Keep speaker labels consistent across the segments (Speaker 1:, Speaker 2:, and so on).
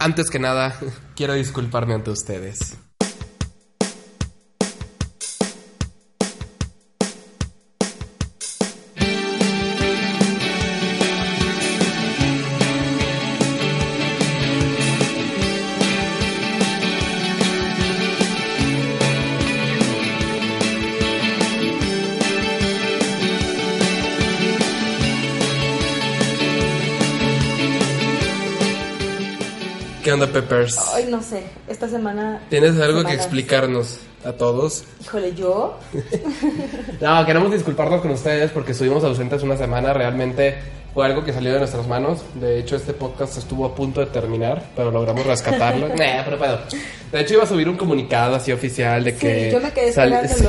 Speaker 1: Antes que nada, quiero disculparme ante ustedes. ¿Qué onda, Peppers?
Speaker 2: Ay, no sé, esta semana...
Speaker 1: ¿Tienes algo que
Speaker 2: semanas.
Speaker 1: explicarnos a todos?
Speaker 2: Híjole, ¿yo?
Speaker 1: No, queremos disculparnos con ustedes porque estuvimos ausentes una semana. Realmente fue algo que salió de nuestras manos. De hecho, este podcast estuvo a punto de terminar, pero logramos rescatarlo. nah, pero pedo. De hecho, iba a subir un comunicado así oficial de
Speaker 2: Sí,
Speaker 1: que.
Speaker 2: yo me quedé esperándolo.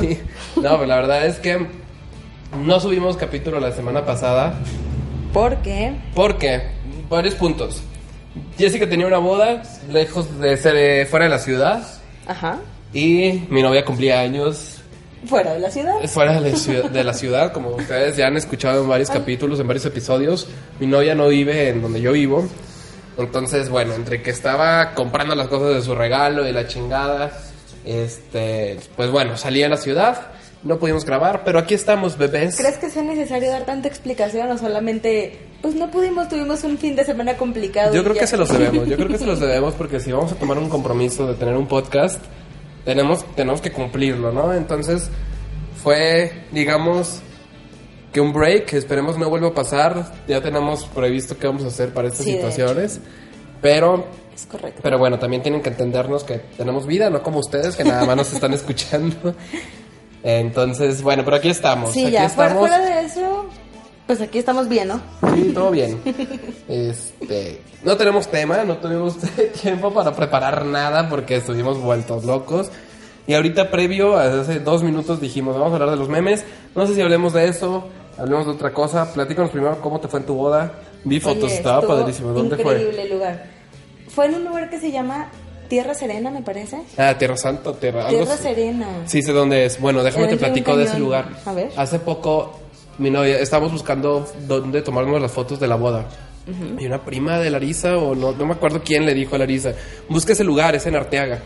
Speaker 1: sí. No, pero la verdad es que no subimos capítulo la semana pasada
Speaker 2: Porque...
Speaker 1: porque varios puntos. Jessica tenía una boda lejos de ser eh, fuera de la ciudad
Speaker 2: Ajá.
Speaker 1: y mi novia cumplía años
Speaker 2: Fuera de la ciudad.
Speaker 1: fuera de la, ciudad, de la ciudad, como ustedes ya han escuchado en varios capítulos, en varios episodios, mi novia no vive en donde yo vivo. Entonces, bueno, entre que estaba comprando las cosas de su regalo y la chingada, este, pues bueno, salí a la ciudad, no pudimos grabar, pero aquí estamos, bebés.
Speaker 2: ¿Crees que sea necesario dar tanta explicación o solamente... Pues no pudimos, tuvimos un fin de semana complicado.
Speaker 1: Yo
Speaker 2: y
Speaker 1: creo
Speaker 2: ya?
Speaker 1: que se los debemos, yo creo que se los debemos porque si vamos a tomar un compromiso de tener un podcast, tenemos, tenemos que cumplirlo, ¿no? Entonces fue, digamos, que un break, esperemos no vuelva a pasar, ya tenemos previsto qué vamos a hacer para estas
Speaker 2: Sí, de
Speaker 1: situaciones, pero,
Speaker 2: Es correcto.
Speaker 1: pero bueno, también tienen que entendernos que tenemos vida, no como ustedes que nada más nos están escuchando. Entonces, bueno, pero aquí estamos.
Speaker 2: sí,
Speaker 1: aquí
Speaker 2: ya. Fuera,
Speaker 1: estamos.
Speaker 2: fuera de eso... Pues aquí estamos bien, ¿no?
Speaker 1: Sí, todo bien. Este, no tenemos tema, no tuvimos tiempo para preparar nada porque estuvimos vueltos locos. Y ahorita previo, hace dos minutos dijimos, vamos a hablar de los memes. No sé si hablemos de eso, hablemos de otra cosa. Platícanos primero cómo te fue en tu boda. Vi
Speaker 2: Oye,
Speaker 1: fotos, estaba
Speaker 2: estuvo
Speaker 1: padrísimo. ¿Dónde
Speaker 2: increíble el lugar. Fue en un lugar que se llama Tierra Serena, me parece.
Speaker 1: fue? Ah, Tierra Santa, Tierra... algo
Speaker 2: Tierra
Speaker 1: así.
Speaker 2: Serena.
Speaker 1: Sí, sé dónde es. Bueno, déjame te
Speaker 2: Adentro de un
Speaker 1: platico de ese
Speaker 2: cañón.
Speaker 1: lugar.
Speaker 2: A ver.
Speaker 1: Hace poco, mi novia, estábamos buscando dónde tomarnos las fotos de la boda. Y una prima de Larisa, o no, no me acuerdo quién le dijo a Larisa, busca ese lugar, es en Arteaga.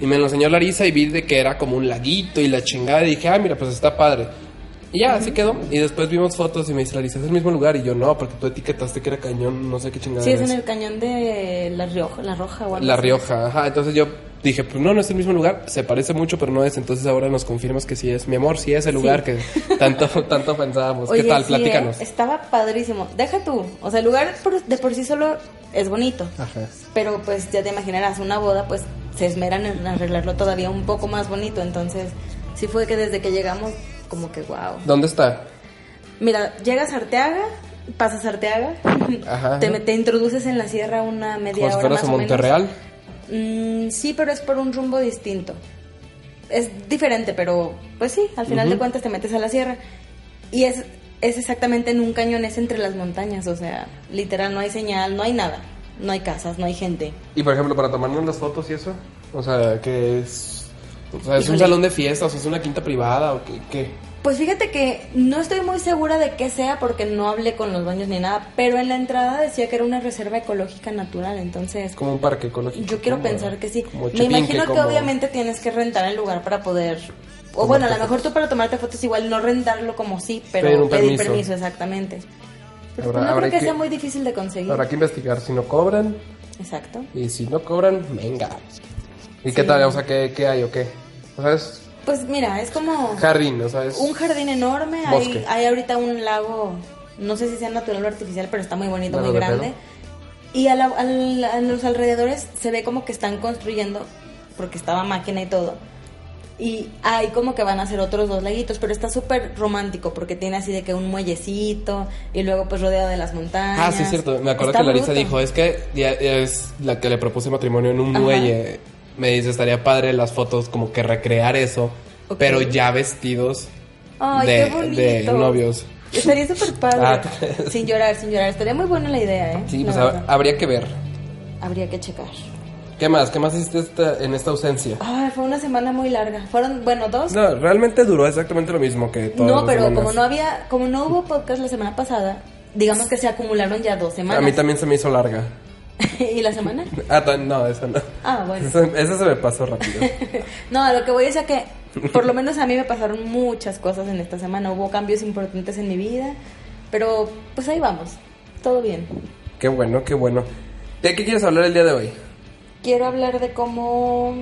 Speaker 1: Y me lo enseñó Larisa y vi de que era como un laguito y la chingada. Y dije, ah, mira, pues está padre. Y ya, así quedó. Y después vimos fotos y me dice Larisa, es el mismo lugar. Y yo, no, porque tú etiquetaste que era cañón, no sé qué chingada.
Speaker 2: Sí, es
Speaker 1: es".
Speaker 2: en el cañón de La Rioja, La Roja o algo
Speaker 1: La
Speaker 2: así.
Speaker 1: Rioja, ajá. Entonces yo dije, pues no, no es el mismo lugar, se parece mucho, pero no es. Entonces ahora nos confirmas que sí es. Mi amor, sí es el lugar que tanto, tanto pensábamos. Pues, ¿Qué
Speaker 2: Oye,
Speaker 1: tal?
Speaker 2: sí,
Speaker 1: Platícanos.
Speaker 2: eh, estaba padrísimo. Deja tú. O sea, el lugar por- de por sí solo es bonito.
Speaker 1: Ajá.
Speaker 2: Pero pues ya te imaginarás, una boda, pues se esmeran en arreglarlo todavía un poco más bonito. Entonces, sí fue que desde que llegamos, como que wow.
Speaker 1: ¿Dónde está?
Speaker 2: Mira, llegas a Arteaga, pasas a Arteaga,
Speaker 1: Ajá.
Speaker 2: te, te introduces en la sierra una media
Speaker 1: Como si
Speaker 2: hora.
Speaker 1: fueras a
Speaker 2: más o menos.
Speaker 1: Monterreal.
Speaker 2: Mm, sí, pero es por un rumbo distinto. Es diferente, pero pues sí, al final de cuentas te metes a la sierra. Y es, es exactamente en un cañón, es entre las montañas, o sea, literal, no hay señal, no hay nada, no hay casas, no hay gente.
Speaker 1: Y por ejemplo, para tomarnos las fotos y eso. O sea, que es. O sea, es un
Speaker 2: Híjole.
Speaker 1: salón de fiestas, o sea, es una quinta privada, o qué. qué?
Speaker 2: Pues fíjate que no estoy muy segura de qué sea porque no hablé con los baños ni nada, pero en la entrada decía que era una reserva ecológica natural, entonces
Speaker 1: Es como un parque ecológico.
Speaker 2: Yo quiero
Speaker 1: como-
Speaker 2: pensar que sí.
Speaker 1: como
Speaker 2: Me
Speaker 1: Chipinque,
Speaker 2: imagino que
Speaker 1: como-
Speaker 2: obviamente tienes que rentar el lugar para poder. O
Speaker 1: Tomarte
Speaker 2: bueno, a lo
Speaker 1: fotos.
Speaker 2: mejor tú para tomarte fotos igual no rentarlo como sí, pero
Speaker 1: Pedir un
Speaker 2: pedir
Speaker 1: permiso.
Speaker 2: permiso, exactamente. Pero
Speaker 1: Habrá-
Speaker 2: no
Speaker 1: habrá
Speaker 2: creo que,
Speaker 1: que-
Speaker 2: sea muy difícil de conseguir.
Speaker 1: Habrá que investigar si no cobran.
Speaker 2: Exacto.
Speaker 1: Y si no cobran, venga. ¿Y qué tal? O sea, ¿qué, qué hay o qué? O sea, es
Speaker 2: Pues mira, es como
Speaker 1: jardín, o sea, es...
Speaker 2: un jardín enorme.
Speaker 1: Bosque.
Speaker 2: Hay, hay ahorita un lago, no sé si sea natural o artificial, pero está muy bonito,
Speaker 1: Lago
Speaker 2: muy
Speaker 1: de Pedro.
Speaker 2: grande. Y a, la- a la- a los alrededores se ve como que están construyendo, porque estaba máquina y todo, Y ahí como que van a hacer otros dos laguitos, pero está súper romántico porque tiene así de que un muellecito y luego pues rodeado de las montañas.
Speaker 1: Ah, sí, es cierto. Me acuerdo
Speaker 2: Está
Speaker 1: que Larisa
Speaker 2: bruto.
Speaker 1: dijo, es que ya- ya es la que le propuse matrimonio en un
Speaker 2: Ajá.
Speaker 1: muelle. Me dice, estaría padre las fotos como que recrear eso,
Speaker 2: Ok.
Speaker 1: pero ya vestidos
Speaker 2: Ay, qué
Speaker 1: de,
Speaker 2: bonito.
Speaker 1: de novios.
Speaker 2: Estaría súper padre.
Speaker 1: Ah, te-
Speaker 2: sin llorar, sin llorar. Estaría muy buena la idea, ¿eh?
Speaker 1: Sí,
Speaker 2: La
Speaker 1: pues hab-
Speaker 2: verdad.
Speaker 1: habría que ver.
Speaker 2: Habría que checar.
Speaker 1: ¿Qué más? ¿Qué más hiciste esta- en esta ausencia?
Speaker 2: Ay, fue una semana muy larga. Fueron, bueno, dos. No,
Speaker 1: No, realmente duró exactamente lo mismo que todas las
Speaker 2: pero
Speaker 1: semanas.
Speaker 2: como no había, como no hubo podcast la semana pasada, digamos que se acumularon ya dos
Speaker 1: A
Speaker 2: semanas.
Speaker 1: mí también se me hizo larga.
Speaker 2: ¿Y la semana?
Speaker 1: Ah, ta- no, esa no.
Speaker 2: Ah, bueno.
Speaker 1: Esa, esa se me pasó rápido.
Speaker 2: No, a lo que voy es a que, por lo menos a mí me pasaron muchas cosas en esta semana. Hubo cambios importantes en mi vida, pero pues ahí vamos. Todo bien.
Speaker 1: qué bueno, qué bueno. ¿De qué quieres hablar el día de hoy?
Speaker 2: Quiero hablar de cómo.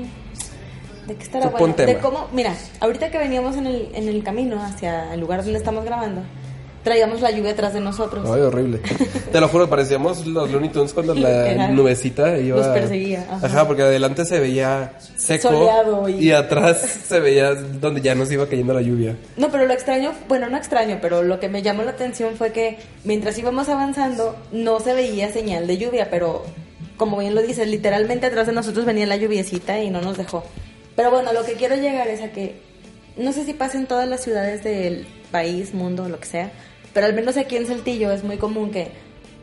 Speaker 2: ¿De qué estará
Speaker 1: Tú pon
Speaker 2: bueno? De
Speaker 1: tema.
Speaker 2: cómo. Mira, ahorita que veníamos en el, en el camino hacia el lugar donde estamos grabando, traíamos la lluvia atrás de nosotros.
Speaker 1: Ay, horrible. Te lo juro, parecíamos los Looney Tunes cuando la
Speaker 2: Era-
Speaker 1: nubecita iba...
Speaker 2: los perseguía, ajá.
Speaker 1: Ajá. porque adelante se veía seco.
Speaker 2: Soleado y-
Speaker 1: y atrás se veía donde ya nos iba cayendo la lluvia.
Speaker 2: No, pero lo extraño, bueno, no extraño, pero lo que me llamó la atención fue que mientras íbamos avanzando no se veía señal de lluvia, pero como bien lo dices, literalmente atrás de nosotros venía la lluviecita y no nos dejó. Pero bueno, lo que quiero llegar es a que no sé si pasa en todas las ciudades del país, mundo, lo que sea, pero al menos aquí en Saltillo es muy común que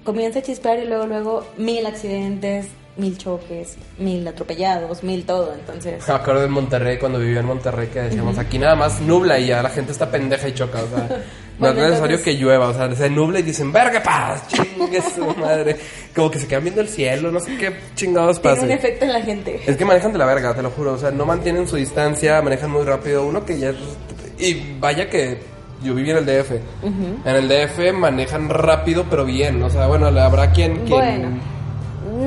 Speaker 2: comienza a chispear y luego, luego mil accidentes, mil choques, mil atropellados, mil todo, entonces...
Speaker 1: Me acuerdo en Monterrey, cuando vivía en Monterrey, que decíamos, aquí nada más nubla y ya la gente está pendeja y choca, o sea... No
Speaker 2: Bueno,
Speaker 1: es necesario
Speaker 2: entonces-
Speaker 1: que llueva, o sea, se nubla y dicen, verga, paz, chingue su madre. Como que se quedan viendo el cielo, no sé qué chingados
Speaker 2: Tiene
Speaker 1: pasa.
Speaker 2: un efecto en la gente.
Speaker 1: Es que manejan de la verga, te lo juro. O sea, no mantienen su distancia, manejan muy rápido. Uno que ya. es- Y vaya que yo viví en el DF. En el DF manejan rápido, pero bien. O sea, bueno, habrá quien. quien...
Speaker 2: Bueno,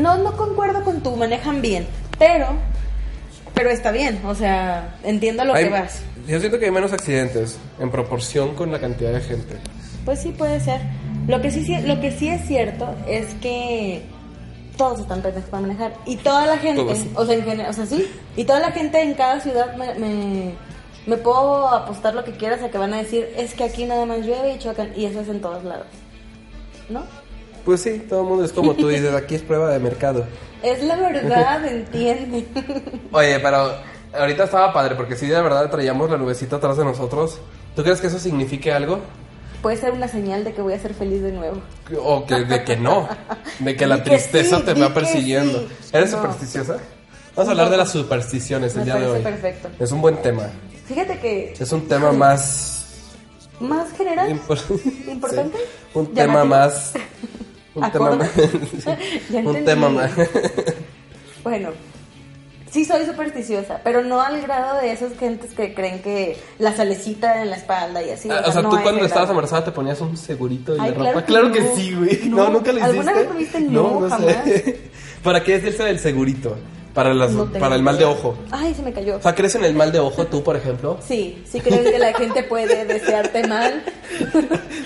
Speaker 2: no, no concuerdo con tú, manejan bien, pero, pero está bien, o sea, entiendo a lo
Speaker 1: Hay-
Speaker 2: que vas.
Speaker 1: Yo siento que hay menos accidentes en proporción con la cantidad de gente.
Speaker 2: Pues sí puede ser. Lo que sí, sí- lo que sí es cierto es que todos están pendejos para manejar y toda la gente,
Speaker 1: Todos.
Speaker 2: o sea, en general, o sea, sí, y toda la gente en cada ciudad me, me, me puedo apostar lo que quieras a que van a decir es que aquí nada más llueve y chocan y eso es en todos lados, ¿no?
Speaker 1: Pues sí, todo el mundo es como tú dices, aquí es prueba de mercado.
Speaker 2: Es la verdad, entiende.
Speaker 1: Oye, pero ahorita estaba padre porque si de verdad traíamos la nubecita atrás de nosotros, ¿tú crees que eso signifique algo?
Speaker 2: Puede ser una señal de que voy a ser feliz de nuevo.
Speaker 1: O que de que no, de que la
Speaker 2: Di que
Speaker 1: tristeza
Speaker 2: sí,
Speaker 1: te
Speaker 2: di
Speaker 1: va
Speaker 2: que
Speaker 1: persiguiendo.
Speaker 2: sí.
Speaker 1: ¿Eres
Speaker 2: No.
Speaker 1: supersticiosa? Vamos a hablar de las supersticiones el
Speaker 2: Me
Speaker 1: día de
Speaker 2: parece
Speaker 1: hoy.
Speaker 2: perfecto.
Speaker 1: Es un buen tema.
Speaker 2: Fíjate que
Speaker 1: Es un tema más
Speaker 2: más general,
Speaker 1: impor-
Speaker 2: ¿Importante?
Speaker 1: Sí. Un
Speaker 2: Llamativo.
Speaker 1: tema más un tema
Speaker 2: Acorde.
Speaker 1: más
Speaker 2: Ya
Speaker 1: un
Speaker 2: entendí.
Speaker 1: tema más
Speaker 2: bueno, sí soy supersticiosa, pero no al grado de esas gentes que creen que la salecita en la espalda y así.
Speaker 1: Ah, o sea,
Speaker 2: no
Speaker 1: tú
Speaker 2: hay
Speaker 1: cuando
Speaker 2: de
Speaker 1: estabas
Speaker 2: grado.
Speaker 1: embarazada te ponías un segurito de
Speaker 2: Ay,
Speaker 1: ropa.
Speaker 2: claro
Speaker 1: Claro
Speaker 2: que
Speaker 1: que
Speaker 2: no.
Speaker 1: sí, güey. No,
Speaker 2: No.
Speaker 1: nunca lo hiciste.
Speaker 2: ¿Alguna vez tuviste? No,
Speaker 1: sé. ¿Para qué decirse del segurito? Para las
Speaker 2: No tengo
Speaker 1: para el mal de
Speaker 2: idea.
Speaker 1: ojo.
Speaker 2: Ay, se me cayó.
Speaker 1: O sea, ¿crees en el mal de ojo tú, por ejemplo?
Speaker 2: Sí, sí creen que la gente puede desearte mal.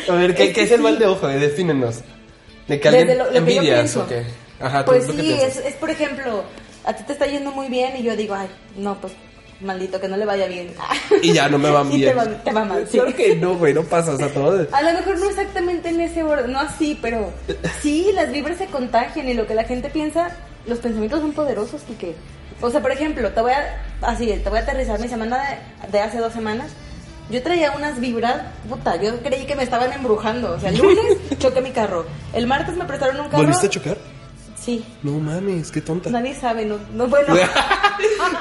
Speaker 1: A ver, ¿qué, qué es el mal de ojo? Eh, Defínenos. ¿De que
Speaker 2: Desde
Speaker 1: alguien
Speaker 2: lo- lo que yo
Speaker 1: envidias
Speaker 2: pienso.
Speaker 1: o qué? Ajá, Ah, ¿tú,
Speaker 2: Pues
Speaker 1: tú qué
Speaker 2: sí,
Speaker 1: piensas?
Speaker 2: es, es, por ejemplo, a ti te está yendo muy bien y yo digo, ay, no, pues maldito que no le vaya bien.
Speaker 1: Y ya no me van
Speaker 2: Y te
Speaker 1: bien.
Speaker 2: va- te va mal, sí.
Speaker 1: Claro que no, güey, no pasa. O sea, todo.
Speaker 2: A lo mejor no exactamente en ese orden, no así, pero sí, las vibras se contagian y lo que la gente piensa, los pensamientos son poderosos y que... O sea, por ejemplo, te voy a... Así, te voy a aterrizar mi semana de, de hace dos semanas. Yo traía unas vibras, puta, yo creí que me estaban embrujando. O sea, el lunes choqué mi carro. El martes me prestaron un carro.
Speaker 1: ¿Volviste a chocar?
Speaker 2: Sí.
Speaker 1: No mames, qué tonta.
Speaker 2: Nadie sabe, no, no bueno.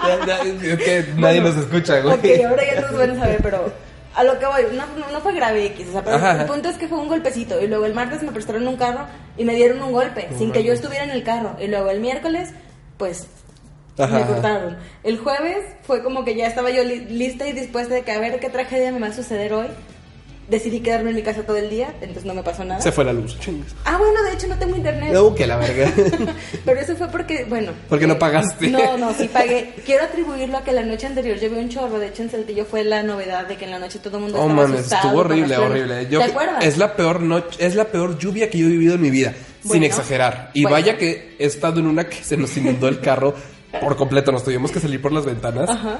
Speaker 1: Ya- ya, es que nadie
Speaker 2: Bueno,
Speaker 1: nos escucha, güey.
Speaker 2: Ok, ahora ya todos van a saber, pero a lo que voy, no, no- no fue grave X, o sea, pero
Speaker 1: Ajá,
Speaker 2: el
Speaker 1: ajá.
Speaker 2: punto es que fue un golpecito. Y luego el martes me prestaron un carro y me dieron un golpe, sin que yo estuviera en el carro. Y luego el miércoles, pues
Speaker 1: Ajá,
Speaker 2: me
Speaker 1: ajá.
Speaker 2: cortaron. El jueves fue como que ya estaba yo li- lista y dispuesta de que a ver qué tragedia me va a suceder hoy. Decidí quedarme en mi casa todo el día, entonces no me pasó nada.
Speaker 1: Se fue la luz. Chingues.
Speaker 2: Ah, bueno, de hecho no tengo internet.
Speaker 1: No, que la verga.
Speaker 2: Pero eso fue porque, bueno. eh,
Speaker 1: Porque no pagaste.
Speaker 2: No, no, sí pagué. Quiero atribuirlo a que la noche anterior llovió un chorro. De hecho, en Saltillo fue la novedad de que en la noche todo el mundo
Speaker 1: Oh
Speaker 2: estaba
Speaker 1: mames,
Speaker 2: asustado
Speaker 1: estuvo
Speaker 2: con
Speaker 1: horrible,
Speaker 2: las flores.
Speaker 1: horrible. Yo-
Speaker 2: ¿Te acuerdas?
Speaker 1: Es la peor noche, es la peor lluvia que yo he vivido en mi vida, sin
Speaker 2: Bueno,
Speaker 1: exagerar. Y
Speaker 2: bueno.
Speaker 1: vaya que he estado en una que se nos inundó el carro por completo, nos tuvimos que salir por las ventanas.
Speaker 2: Ajá.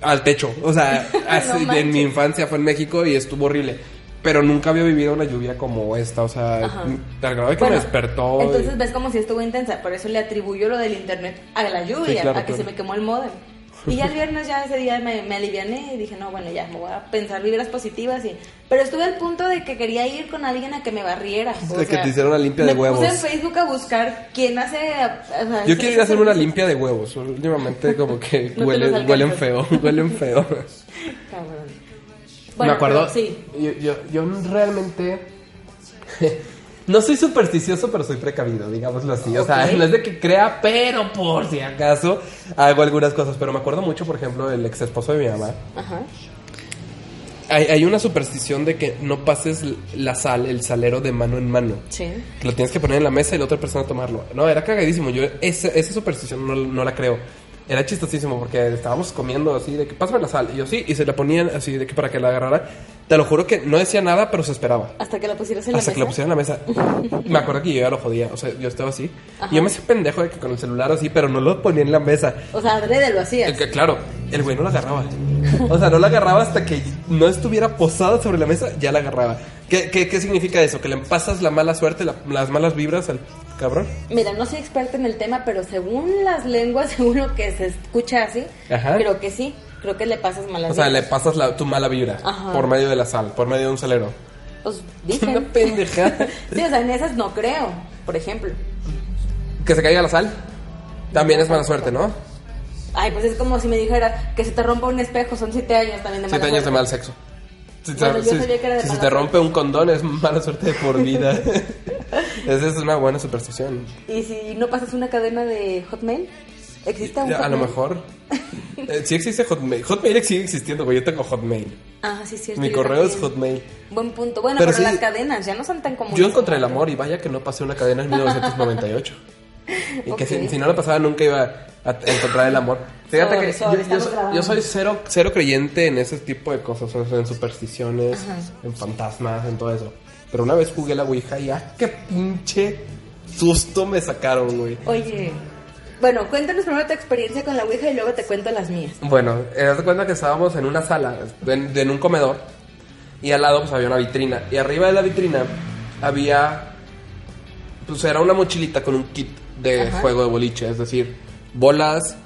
Speaker 1: al techo. O sea, así-
Speaker 2: No
Speaker 1: en mi
Speaker 2: manches.
Speaker 1: infancia fue en México y estuvo horrible. Pero nunca había vivido una lluvia como esta. O sea,
Speaker 2: Ajá.
Speaker 1: al grado de que
Speaker 2: Bueno,
Speaker 1: me despertó. y-
Speaker 2: Entonces ves como si estuvo intensa, por eso le atribuyo lo del internet a la lluvia,
Speaker 1: Sí, claro,
Speaker 2: a que
Speaker 1: claro.
Speaker 2: se me quemó el modem. Y ya el viernes, ya ese día me, me aliviané y dije, no, bueno, ya me voy a pensar vibras positivas. Y... Pero estuve al punto de que quería ir con alguien a que me barriera. o
Speaker 1: De que te hiciera una limpia de
Speaker 2: me
Speaker 1: huevos.
Speaker 2: Puse en Facebook a buscar quién hace. o sea,
Speaker 1: Yo quiero ir a hacerme una limpia de huevos. Últimamente como que
Speaker 2: No te los
Speaker 1: huelen,
Speaker 2: alcanzas.
Speaker 1: huelen feo, huelen feo.
Speaker 2: Cabrón.
Speaker 1: Me acuerdo.
Speaker 2: pero Sí.
Speaker 1: Yo, yo, yo realmente... No soy supersticioso, pero soy precavido, digámoslo así. O sea,
Speaker 2: Ok.
Speaker 1: no es de que crea, pero por si acaso hago algunas cosas. Pero me acuerdo mucho, por ejemplo, del ex esposo de mi mamá.
Speaker 2: Ajá.
Speaker 1: Hay, hay una superstición de que no pases la sal, el salero de mano en mano.
Speaker 2: Sí.
Speaker 1: Que lo tienes que poner en la mesa y la otra persona tomarlo. No, era cagadísimo. Yo esa, esa superstición no, no la creo. Era chistosísimo porque estábamos comiendo así de que pásame la sal. Y yo sí, y se la ponían así de que para que la agarrara. Te lo juro que no decía nada, pero se esperaba.
Speaker 2: Hasta que la pusieras en
Speaker 1: Hasta
Speaker 2: la
Speaker 1: que la
Speaker 2: mesa.
Speaker 1: pusieron en la mesa. Me acuerdo que yo ya lo jodía. O sea, yo estaba así. Y yo me hice pendejo de que con el celular así, pero no lo ponía en la mesa.
Speaker 2: O sea, adrede lo hacías.
Speaker 1: El que- claro, el güey no la agarraba. O sea, no la agarraba hasta que no estuviera posada sobre la mesa, ya la agarraba. ¿Qué, qué, qué significa eso? ¿Que le pasas la mala suerte, la- las malas vibras al cabrón?
Speaker 2: Mira, no soy experta en el tema, pero según las lenguas, según lo que se escucha así,
Speaker 1: Ajá.
Speaker 2: creo que sí. Creo que le pasas malas
Speaker 1: O sea, le
Speaker 2: vibras.
Speaker 1: pasas la- tu mala vibra
Speaker 2: Ajá.
Speaker 1: por medio de la sal, por medio de un salero.
Speaker 2: Pues dicen.
Speaker 1: Una pendejada.
Speaker 2: sí, o sea, en esas no creo, por ejemplo.
Speaker 1: Que se caiga la sal. También es mala suerte, ¿no?
Speaker 2: Ay, pues es como si me dijera que se te rompa un espejo, son siete años también de mala
Speaker 1: Siete años de
Speaker 2: suerte.
Speaker 1: mal sexo. Si, te-
Speaker 2: Bueno, yo
Speaker 1: si-
Speaker 2: sabía que era de
Speaker 1: si se
Speaker 2: mala
Speaker 1: te
Speaker 2: suerte.
Speaker 1: rompe un condón es mala suerte de por vida. Esa es una buena superstición.
Speaker 2: Y si no pasas una cadena de Hotmail, existe un
Speaker 1: A lo
Speaker 2: Hotmail?
Speaker 1: mejor. Eh, sí existe Hotmail. Hotmail sigue existiendo, güey. Yo tengo Hotmail.
Speaker 2: Ah, sí, es cierto.
Speaker 1: Mi
Speaker 2: yo
Speaker 1: correo es
Speaker 2: también.
Speaker 1: Hotmail.
Speaker 2: Buen punto. Bueno,
Speaker 1: Pero sí-
Speaker 2: pero, las cadenas ya no son tan comunes.
Speaker 1: Yo encontré el amor y vaya que no pasé una cadena en 1998. Y que si,
Speaker 2: Ok.
Speaker 1: si no la pasaba nunca iba a encontrar el amor. Fíjate
Speaker 2: Sobre,
Speaker 1: que
Speaker 2: sobre,
Speaker 1: yo- yo,
Speaker 2: estamos
Speaker 1: so- yo,
Speaker 2: grabando.
Speaker 1: soy cero, cero creyente en ese tipo de cosas, o sea, en supersticiones, en fantasmas, en todo eso. Pero una vez jugué la Ouija y ah, qué pinche susto me sacaron, güey.
Speaker 2: Oye, bueno, cuéntanos primero tu experiencia con la Ouija y luego te cuento las mías.
Speaker 1: Bueno, eh, haz de cuenta que estábamos en una sala, en, en un comedor, y al lado pues había una vitrina. Y arriba de la vitrina había, pues era una mochilita con un kit de juego de boliche, es decir, bolas,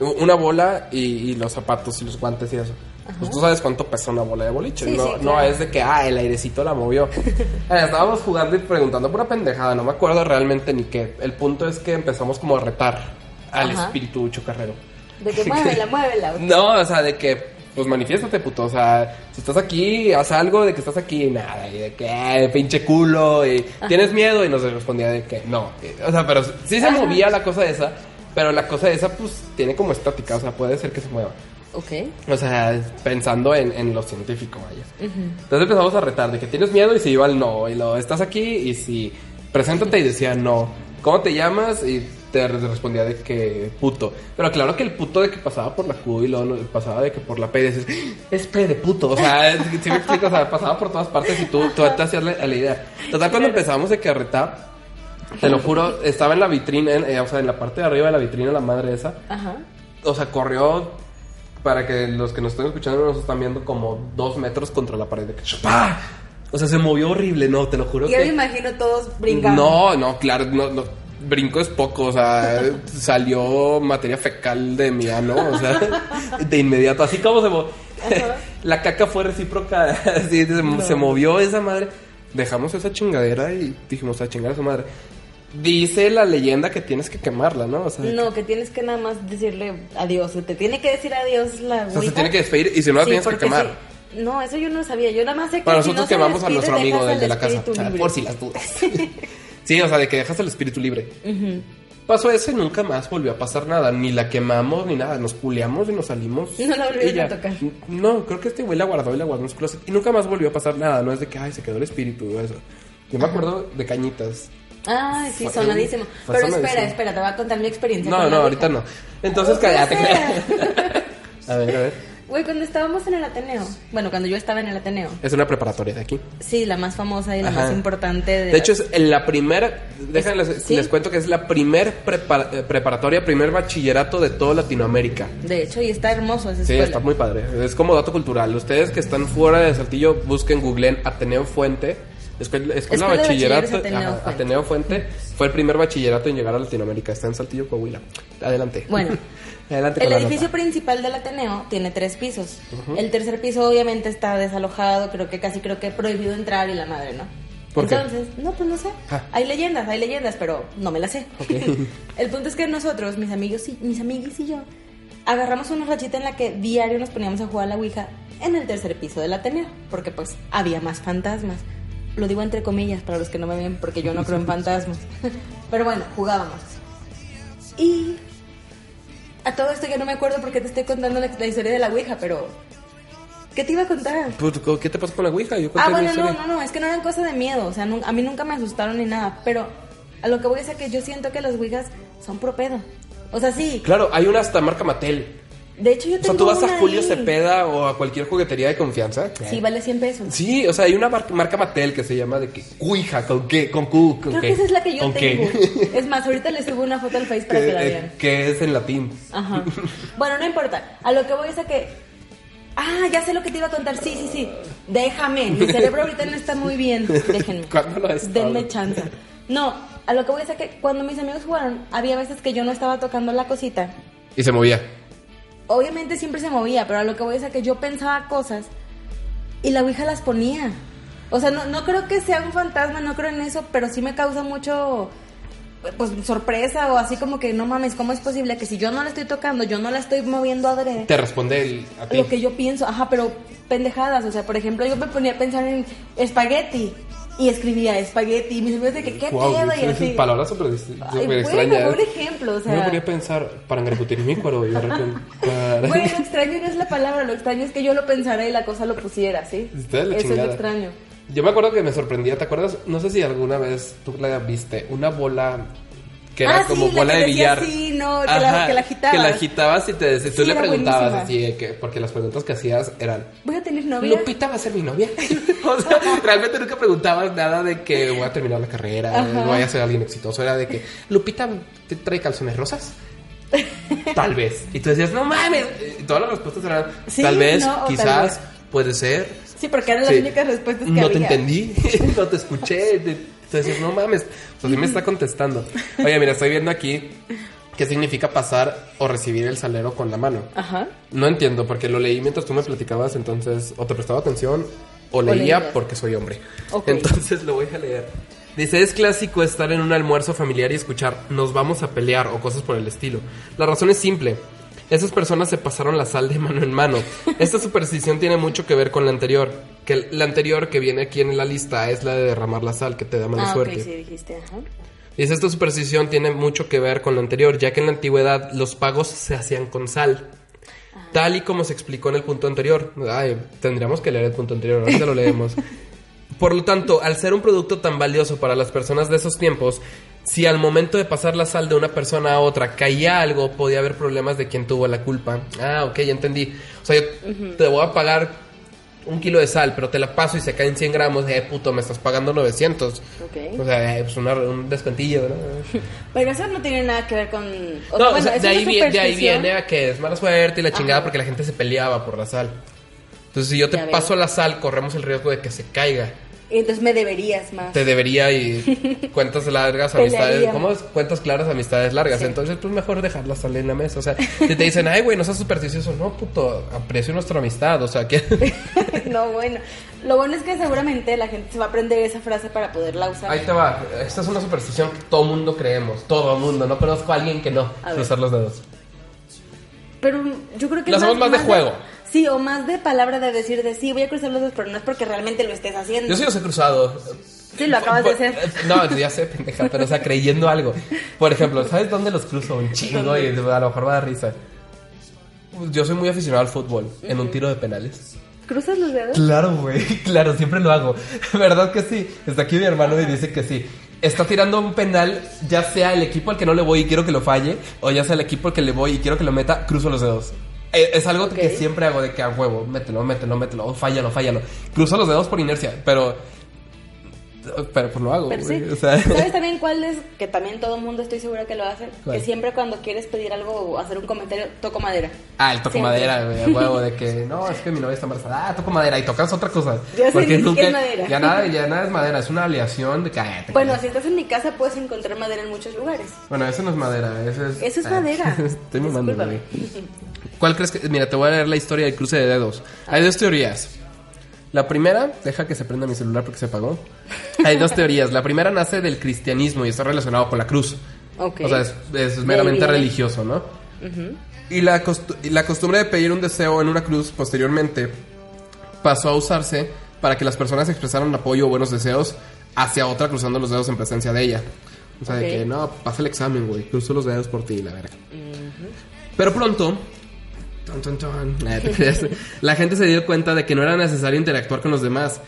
Speaker 1: u- una bola y, y los zapatos y los guantes y eso. Pues tú sabes cuánto pesa una bola de boliche,
Speaker 2: Sí,
Speaker 1: no,
Speaker 2: sí,
Speaker 1: no
Speaker 2: claro.
Speaker 1: es de que, ah, el airecito la movió. Eh, Estábamos jugando y preguntando por una pendejada, no me acuerdo realmente ni qué. El punto es que empezamos como a retar al
Speaker 2: Ajá.
Speaker 1: espíritu chocarrero.
Speaker 2: De que muévela, muévela.
Speaker 1: No, o sea, de que, pues manifiéstate, puto. O sea, si estás aquí, haz algo de que estás aquí y nada. Y de que, "Ay, pinche culo, y tienes miedo. Y nos respondía de que no. Y, O sea, pero sí se
Speaker 2: Ajá.
Speaker 1: movía la cosa esa. Pero la cosa esa, pues, tiene como estática. O sea, puede ser que se mueva.
Speaker 2: Ok.
Speaker 1: O sea, pensando en, en lo científico, vaya. Entonces empezamos a retar de que tienes miedo y se iba al no. Y lo estás aquí y si preséntate y decía no. ¿Cómo te llamas? Y te re- respondía de que puto. Pero claro que el puto de que pasaba por la Q y luego no- pasaba de que por la P y decías, "Ah, es P de puto. O sea, si me explico, o sea, pasaba por todas partes y tú, tú te hacías la, la idea. Total, cuando empezamos de que a retar, te lo juro, estaba en la vitrina, en- eh, o sea, en la parte de arriba de la vitrina, la madre esa.
Speaker 2: Ajá.
Speaker 1: O sea, corrió para que los que nos están escuchando nos están viendo como dos metros contra la pared de que ¡Pah! O sea, se movió horrible, no, te lo juro
Speaker 2: Yo me
Speaker 1: que.
Speaker 2: imagino todos brincando.
Speaker 1: No, no, claro, no, no. Brinco es poco, o sea, salió materia fecal de mi ano, o sea, de inmediato, así como se movió. La caca fue recíproca, así se, se movió esa madre. Dejamos esa chingadera y dijimos, a chingar a su madre. Dice la leyenda que tienes que quemarla, ¿no? O sea,
Speaker 2: No, que tienes que nada más decirle adiós. Te tiene que decir adiós la
Speaker 1: o sea, se
Speaker 2: ouija.
Speaker 1: tiene que despedir y si no la
Speaker 2: Sí,
Speaker 1: tienes que
Speaker 2: porque
Speaker 1: quemar.
Speaker 2: sí. No, eso yo no lo sabía. Yo nada más sé que
Speaker 1: Para
Speaker 2: si
Speaker 1: nosotros
Speaker 2: no se
Speaker 1: quemamos a
Speaker 2: despide,
Speaker 1: nuestro amigo
Speaker 2: dejas
Speaker 1: del
Speaker 2: al
Speaker 1: de la casa.
Speaker 2: espíritu
Speaker 1: o sea,
Speaker 2: libre.
Speaker 1: por si las dudas. sí, o sea, de que dejas el espíritu libre. Pasó eso y nunca más volvió a pasar nada. Ni la quemamos ni nada. Nos puleamos y nos salimos.
Speaker 2: No la volvieron
Speaker 1: y ya.
Speaker 2: a tocar.
Speaker 1: No, creo que este güey la guardó y la guardó en su closet. Y nunca más volvió a pasar nada. No es de que, ay, se quedó el espíritu o eso. Yo me acuerdo de cañitas.
Speaker 2: Ay, sí,
Speaker 1: Fue-
Speaker 2: sonadísimo.
Speaker 1: fue
Speaker 2: Pero
Speaker 1: sonadísimo.
Speaker 2: espera, espera, te voy a contar mi experiencia.
Speaker 1: No,
Speaker 2: con
Speaker 1: no,
Speaker 2: la
Speaker 1: ahorita
Speaker 2: ouija.
Speaker 1: no. Entonces,
Speaker 2: Oh,
Speaker 1: cállate.
Speaker 2: grosera.
Speaker 1: a ver, a ver.
Speaker 2: Güey, cuando estábamos en el Ateneo. Bueno, cuando yo estaba en el Ateneo.
Speaker 1: Es una preparatoria de aquí.
Speaker 2: Sí, la más famosa y la
Speaker 1: Ajá.
Speaker 2: más importante. De,
Speaker 1: De
Speaker 2: las-
Speaker 1: hecho, es la primera, déjenles,
Speaker 2: ¿Sí?
Speaker 1: les cuento que es la primer prepa- eh, preparatoria, primer bachillerato de toda Latinoamérica.
Speaker 2: de hecho, y está hermoso esa
Speaker 1: Sí,
Speaker 2: escuela.
Speaker 1: está muy padre. Es como dato cultural. Ustedes que están fuera de Saltillo, busquen, googleen Ateneo Fuente. Escuela, escuela
Speaker 2: Escuela de
Speaker 1: bachillerato,
Speaker 2: Bachilleres Ateneo
Speaker 1: ajá,
Speaker 2: Fuente.
Speaker 1: Ateneo Fuente fue el primer bachillerato en llegar a Latinoamérica. Está en Saltillo, Coahuila. Adelante.
Speaker 2: Bueno.
Speaker 1: adelante.
Speaker 2: El
Speaker 1: con la
Speaker 2: edificio
Speaker 1: nota.
Speaker 2: principal del Ateneo tiene tres pisos. El tercer piso obviamente está desalojado, creo que casi creo que prohibido entrar y la madre, ¿no?
Speaker 1: ¿Por qué?
Speaker 2: Entonces, no, pues no sé.
Speaker 1: Ah.
Speaker 2: Hay leyendas, hay leyendas, pero no me las sé.
Speaker 1: Ok.
Speaker 2: El punto es que nosotros, mis amigos y mis amiguis y yo, agarramos una rachita en la que diario nos poníamos a jugar a la Ouija en el tercer piso del Ateneo, porque pues había más fantasmas. Lo digo entre comillas para los que no me ven, porque yo no creo en fantasmas. Pero bueno, jugábamos. Y a todo esto ya no me acuerdo porque te estoy contando la, la historia de la Ouija, pero... ¿Qué te iba a contar?
Speaker 1: Puto, Pues, ¿Qué te pasó con la Ouija? Yo conté
Speaker 2: Ah,
Speaker 1: mi
Speaker 2: bueno, no,
Speaker 1: historia.
Speaker 2: no, no, es que no eran cosas de miedo, o sea, nun- a mí nunca me asustaron ni nada, pero a lo que voy es a que yo siento que las Ouijas son pro pedo. O sea, sí,
Speaker 1: Claro, hay una hasta marca Mattel.
Speaker 2: de hecho yo
Speaker 1: O sea,
Speaker 2: tengo
Speaker 1: tú vas
Speaker 2: una
Speaker 1: a Julio
Speaker 2: ahí.
Speaker 1: Cepeda o a cualquier juguetería de confianza.
Speaker 2: Sí, vale 100 pesos.
Speaker 1: Sí, o sea, hay una mar- marca Mattel que se llama de que Ouija, con qué, con Q, con
Speaker 2: Creo
Speaker 1: qué.
Speaker 2: que esa es la que yo
Speaker 1: ¿Con qué?
Speaker 2: tengo. Es más, ahorita les subo una foto al Face para que la
Speaker 1: que,
Speaker 2: vean.
Speaker 1: eh, que es en latín.
Speaker 2: Ajá. Bueno, no importa. A lo que voy es a que. Ah, ya sé lo que te iba a contar. Sí, sí, sí. Déjame. Mi cerebro ahorita no está muy bien. Déjenme.
Speaker 1: ¿Cuándo lo ha estado?
Speaker 2: Denme chance. No, a lo que voy es a que cuando mis amigos jugaron, había veces que yo no estaba tocando la cosita.
Speaker 1: Y se movía.
Speaker 2: Obviamente siempre se movía, pero a lo que voy es a que yo pensaba cosas y la Ouija las ponía. O sea, no, no creo que sea un fantasma, no creo en eso, pero sí me causa mucho pues sorpresa o así como que no mames, ¿cómo es posible que si yo no la estoy tocando, yo no la estoy moviendo adrede?
Speaker 1: Te responde el, a ti.
Speaker 2: lo que yo pienso, ajá, pero pendejadas, o sea, por ejemplo, yo me ponía a pensar en espagueti y escribía espagueti y mis amigos de que qué
Speaker 1: Guau,
Speaker 2: pedo y
Speaker 1: esas
Speaker 2: así.
Speaker 1: palabras súper
Speaker 2: Ay,
Speaker 1: súper
Speaker 2: bueno,
Speaker 1: extrañas.
Speaker 2: por ejemplo, o sea.
Speaker 1: Yo me ponía a pensar para engreputir mi cuero y de repente. para-
Speaker 2: Bueno, lo extraño no es la palabra, lo extraño es que yo lo pensara y la cosa lo pusiera, ¿sí?
Speaker 1: Está de la
Speaker 2: Eso es
Speaker 1: chingada.
Speaker 2: lo extraño.
Speaker 1: Yo me acuerdo que me sorprendía, ¿te acuerdas? No sé si alguna vez tú la viste, una bola que era
Speaker 2: Ah, sí,
Speaker 1: como
Speaker 2: la
Speaker 1: bola
Speaker 2: que
Speaker 1: de
Speaker 2: decía
Speaker 1: billar.
Speaker 2: así, no, que la- que la agitabas.
Speaker 1: Que la agitabas y te decías, tú
Speaker 2: Sí,
Speaker 1: le
Speaker 2: era
Speaker 1: preguntabas
Speaker 2: buenísima.
Speaker 1: así, de que, porque las preguntas que hacías eran,
Speaker 2: Voy a tener novia.
Speaker 1: ¿Lupita va a ser mi novia? o sea, realmente nunca preguntabas nada de que voy a terminar la carrera,
Speaker 2: Ajá.
Speaker 1: voy a ser alguien exitoso, era de que, ¿Lupita te trae calzones rosas? Tal vez. Y tú decías, no mames. Y todas las respuestas eran,
Speaker 2: Sí,
Speaker 1: tal vez,
Speaker 2: no, o tal
Speaker 1: quizás,
Speaker 2: vez.
Speaker 1: puede ser,
Speaker 2: Sí, porque eran las
Speaker 1: Sí.
Speaker 2: únicas respuestas que
Speaker 1: no
Speaker 2: había.
Speaker 1: te entendí, no te escuché. te- Entonces, no mames, o sea, sí me está contestando. Oye, mira, estoy viendo aquí qué significa pasar o recibir el salero con la mano.
Speaker 2: Ajá.
Speaker 1: No entiendo, porque lo leí mientras tú me platicabas, entonces o te prestaba atención o leía
Speaker 2: leías.
Speaker 1: porque soy hombre.
Speaker 2: Ok.
Speaker 1: Entonces lo voy a leer. Dice, es clásico estar en un almuerzo familiar y escuchar nos vamos a pelear o cosas por el estilo. La razón es simple. Esas personas se pasaron la sal de mano en mano. Esta superstición tiene mucho que ver con la anterior. Que la anterior que viene aquí en la lista es la de derramar la sal, que te da mala
Speaker 2: Ah,
Speaker 1: suerte.
Speaker 2: ok, sí, dijiste, ajá.
Speaker 1: Dice, esta superstición tiene mucho que ver con lo anterior, ya que en la antigüedad los pagos se hacían con sal. Tal y como se explicó en el punto anterior. Ay, tendríamos que leer el punto anterior, ahorita lo leemos. Por lo tanto, al ser un producto tan valioso para las personas de esos tiempos, si al momento de pasar la sal de una persona a otra caía algo, podía haber problemas de quien tuvo la culpa. Ah, ok, ya entendí. O sea, yo te voy a pagar un kilo de sal, pero te la paso y se caen 100 gramos. Eh, puto, me estás pagando 900.
Speaker 2: Ok.
Speaker 1: O sea, eh, pues una, un descuentillo, ¿no?
Speaker 2: Pero eso no tiene nada que ver con...
Speaker 1: No, o sea, de, ahí viene, de ahí viene a que es mala suerte y la chingada porque la gente se peleaba por la sal. Entonces, si yo te
Speaker 2: Ya veo.
Speaker 1: paso la sal, corremos el riesgo de que se caiga.
Speaker 2: Y entonces me deberías más.
Speaker 1: Te debería y cuentas largas, amistades.
Speaker 2: Pelearíamos.
Speaker 1: ¿Cómo es? Cuentas claras, amistades largas. Entonces, pues mejor dejar la sal en la mesa. O sea, si te dicen, ay, güey, no seas supersticioso. No, puto, aprecio nuestra amistad. O sea, que.
Speaker 2: no, bueno. Lo bueno es que seguramente la gente se va a aprender esa frase para poderla usar.
Speaker 1: Ahí te va. Esta es una superstición que todo mundo creemos. Todo mundo. No conozco a alguien que no.
Speaker 2: A ver.
Speaker 1: Cruzar los dedos.
Speaker 2: Pero yo creo que
Speaker 1: Lo
Speaker 2: es
Speaker 1: hacemos más de juego.
Speaker 2: sí, o más de palabra de decir de sí, voy a cruzar los dedos, pero no es porque realmente lo estés haciendo.
Speaker 1: Yo Pues, eh, sí los he cruzado.
Speaker 2: Sí, lo acabas
Speaker 1: Por-
Speaker 2: de hacer.
Speaker 1: No, ya sé, pendeja, pero o sea, creyendo algo. Por ejemplo, ¿sabes dónde los cruzo? Un chingo y a lo mejor va a dar risa. Yo soy muy aficionado al fútbol, en un tiro de penales.
Speaker 2: ¿Cruzas los dedos?
Speaker 1: Claro, güey, claro, siempre lo hago. ¿Verdad que sí? Está aquí mi hermano y dice que sí. Está tirando un penal, ya sea el equipo al que no le voy y quiero que lo falle, o ya sea el equipo al que le voy y quiero que lo meta, cruzo los dedos. Eh, Es algo que
Speaker 2: Ok.
Speaker 1: siempre hago de que a huevo, mételo, mételo, mételo, oh, fállalo, fállalo. Cruzo los dedos por inercia, pero. Pero pues lo hago.
Speaker 2: Pero sí.
Speaker 1: güey, o sea.
Speaker 2: ¿Sabes también cuál es? Que también todo el mundo estoy segura que lo hace.
Speaker 1: ¿Cuál?
Speaker 2: Que siempre cuando quieres pedir algo o hacer un comentario, toco madera.
Speaker 1: Ah, el toco
Speaker 2: Siempre.
Speaker 1: madera, güey, a huevo, de que no, es que mi novia está embarazada, ah, toco madera y tocas otra cosa.
Speaker 2: Ya sé, ni siquiera es madera.
Speaker 1: Ya nada, ya nada es madera, es una aleación de ah, cállate.
Speaker 2: Bueno,
Speaker 1: cállate.
Speaker 2: si estás en mi casa puedes encontrar madera en muchos lugares.
Speaker 1: Bueno, eso no es madera, eso es.
Speaker 2: Eso es
Speaker 1: ah,
Speaker 2: madera.
Speaker 1: Estoy mamando,
Speaker 2: Discúlpame.
Speaker 1: güey. ¿Cuál crees que.? Mira, te voy a leer la historia del cruce de dedos. Hay dos teorías. La primera, deja que se prenda mi celular porque se apagó. Hay dos teorías. La primera nace del cristianismo y está relacionado con la cruz.
Speaker 2: Ok.
Speaker 1: O sea, es, es meramente
Speaker 2: viene.
Speaker 1: religioso, ¿no? y, la costu- y la costumbre de pedir un deseo en una cruz posteriormente pasó a usarse para que las personas expresaran apoyo o buenos deseos hacia otra cruzando los dedos en presencia de ella. O sea,
Speaker 2: Ok.
Speaker 1: de que no, pasa el examen, güey, cruzo los dedos por ti, la verga. Pero pronto, Ton, ton, ton. Nah, te creas. La gente se dio cuenta de que no era necesario interactuar con los demás.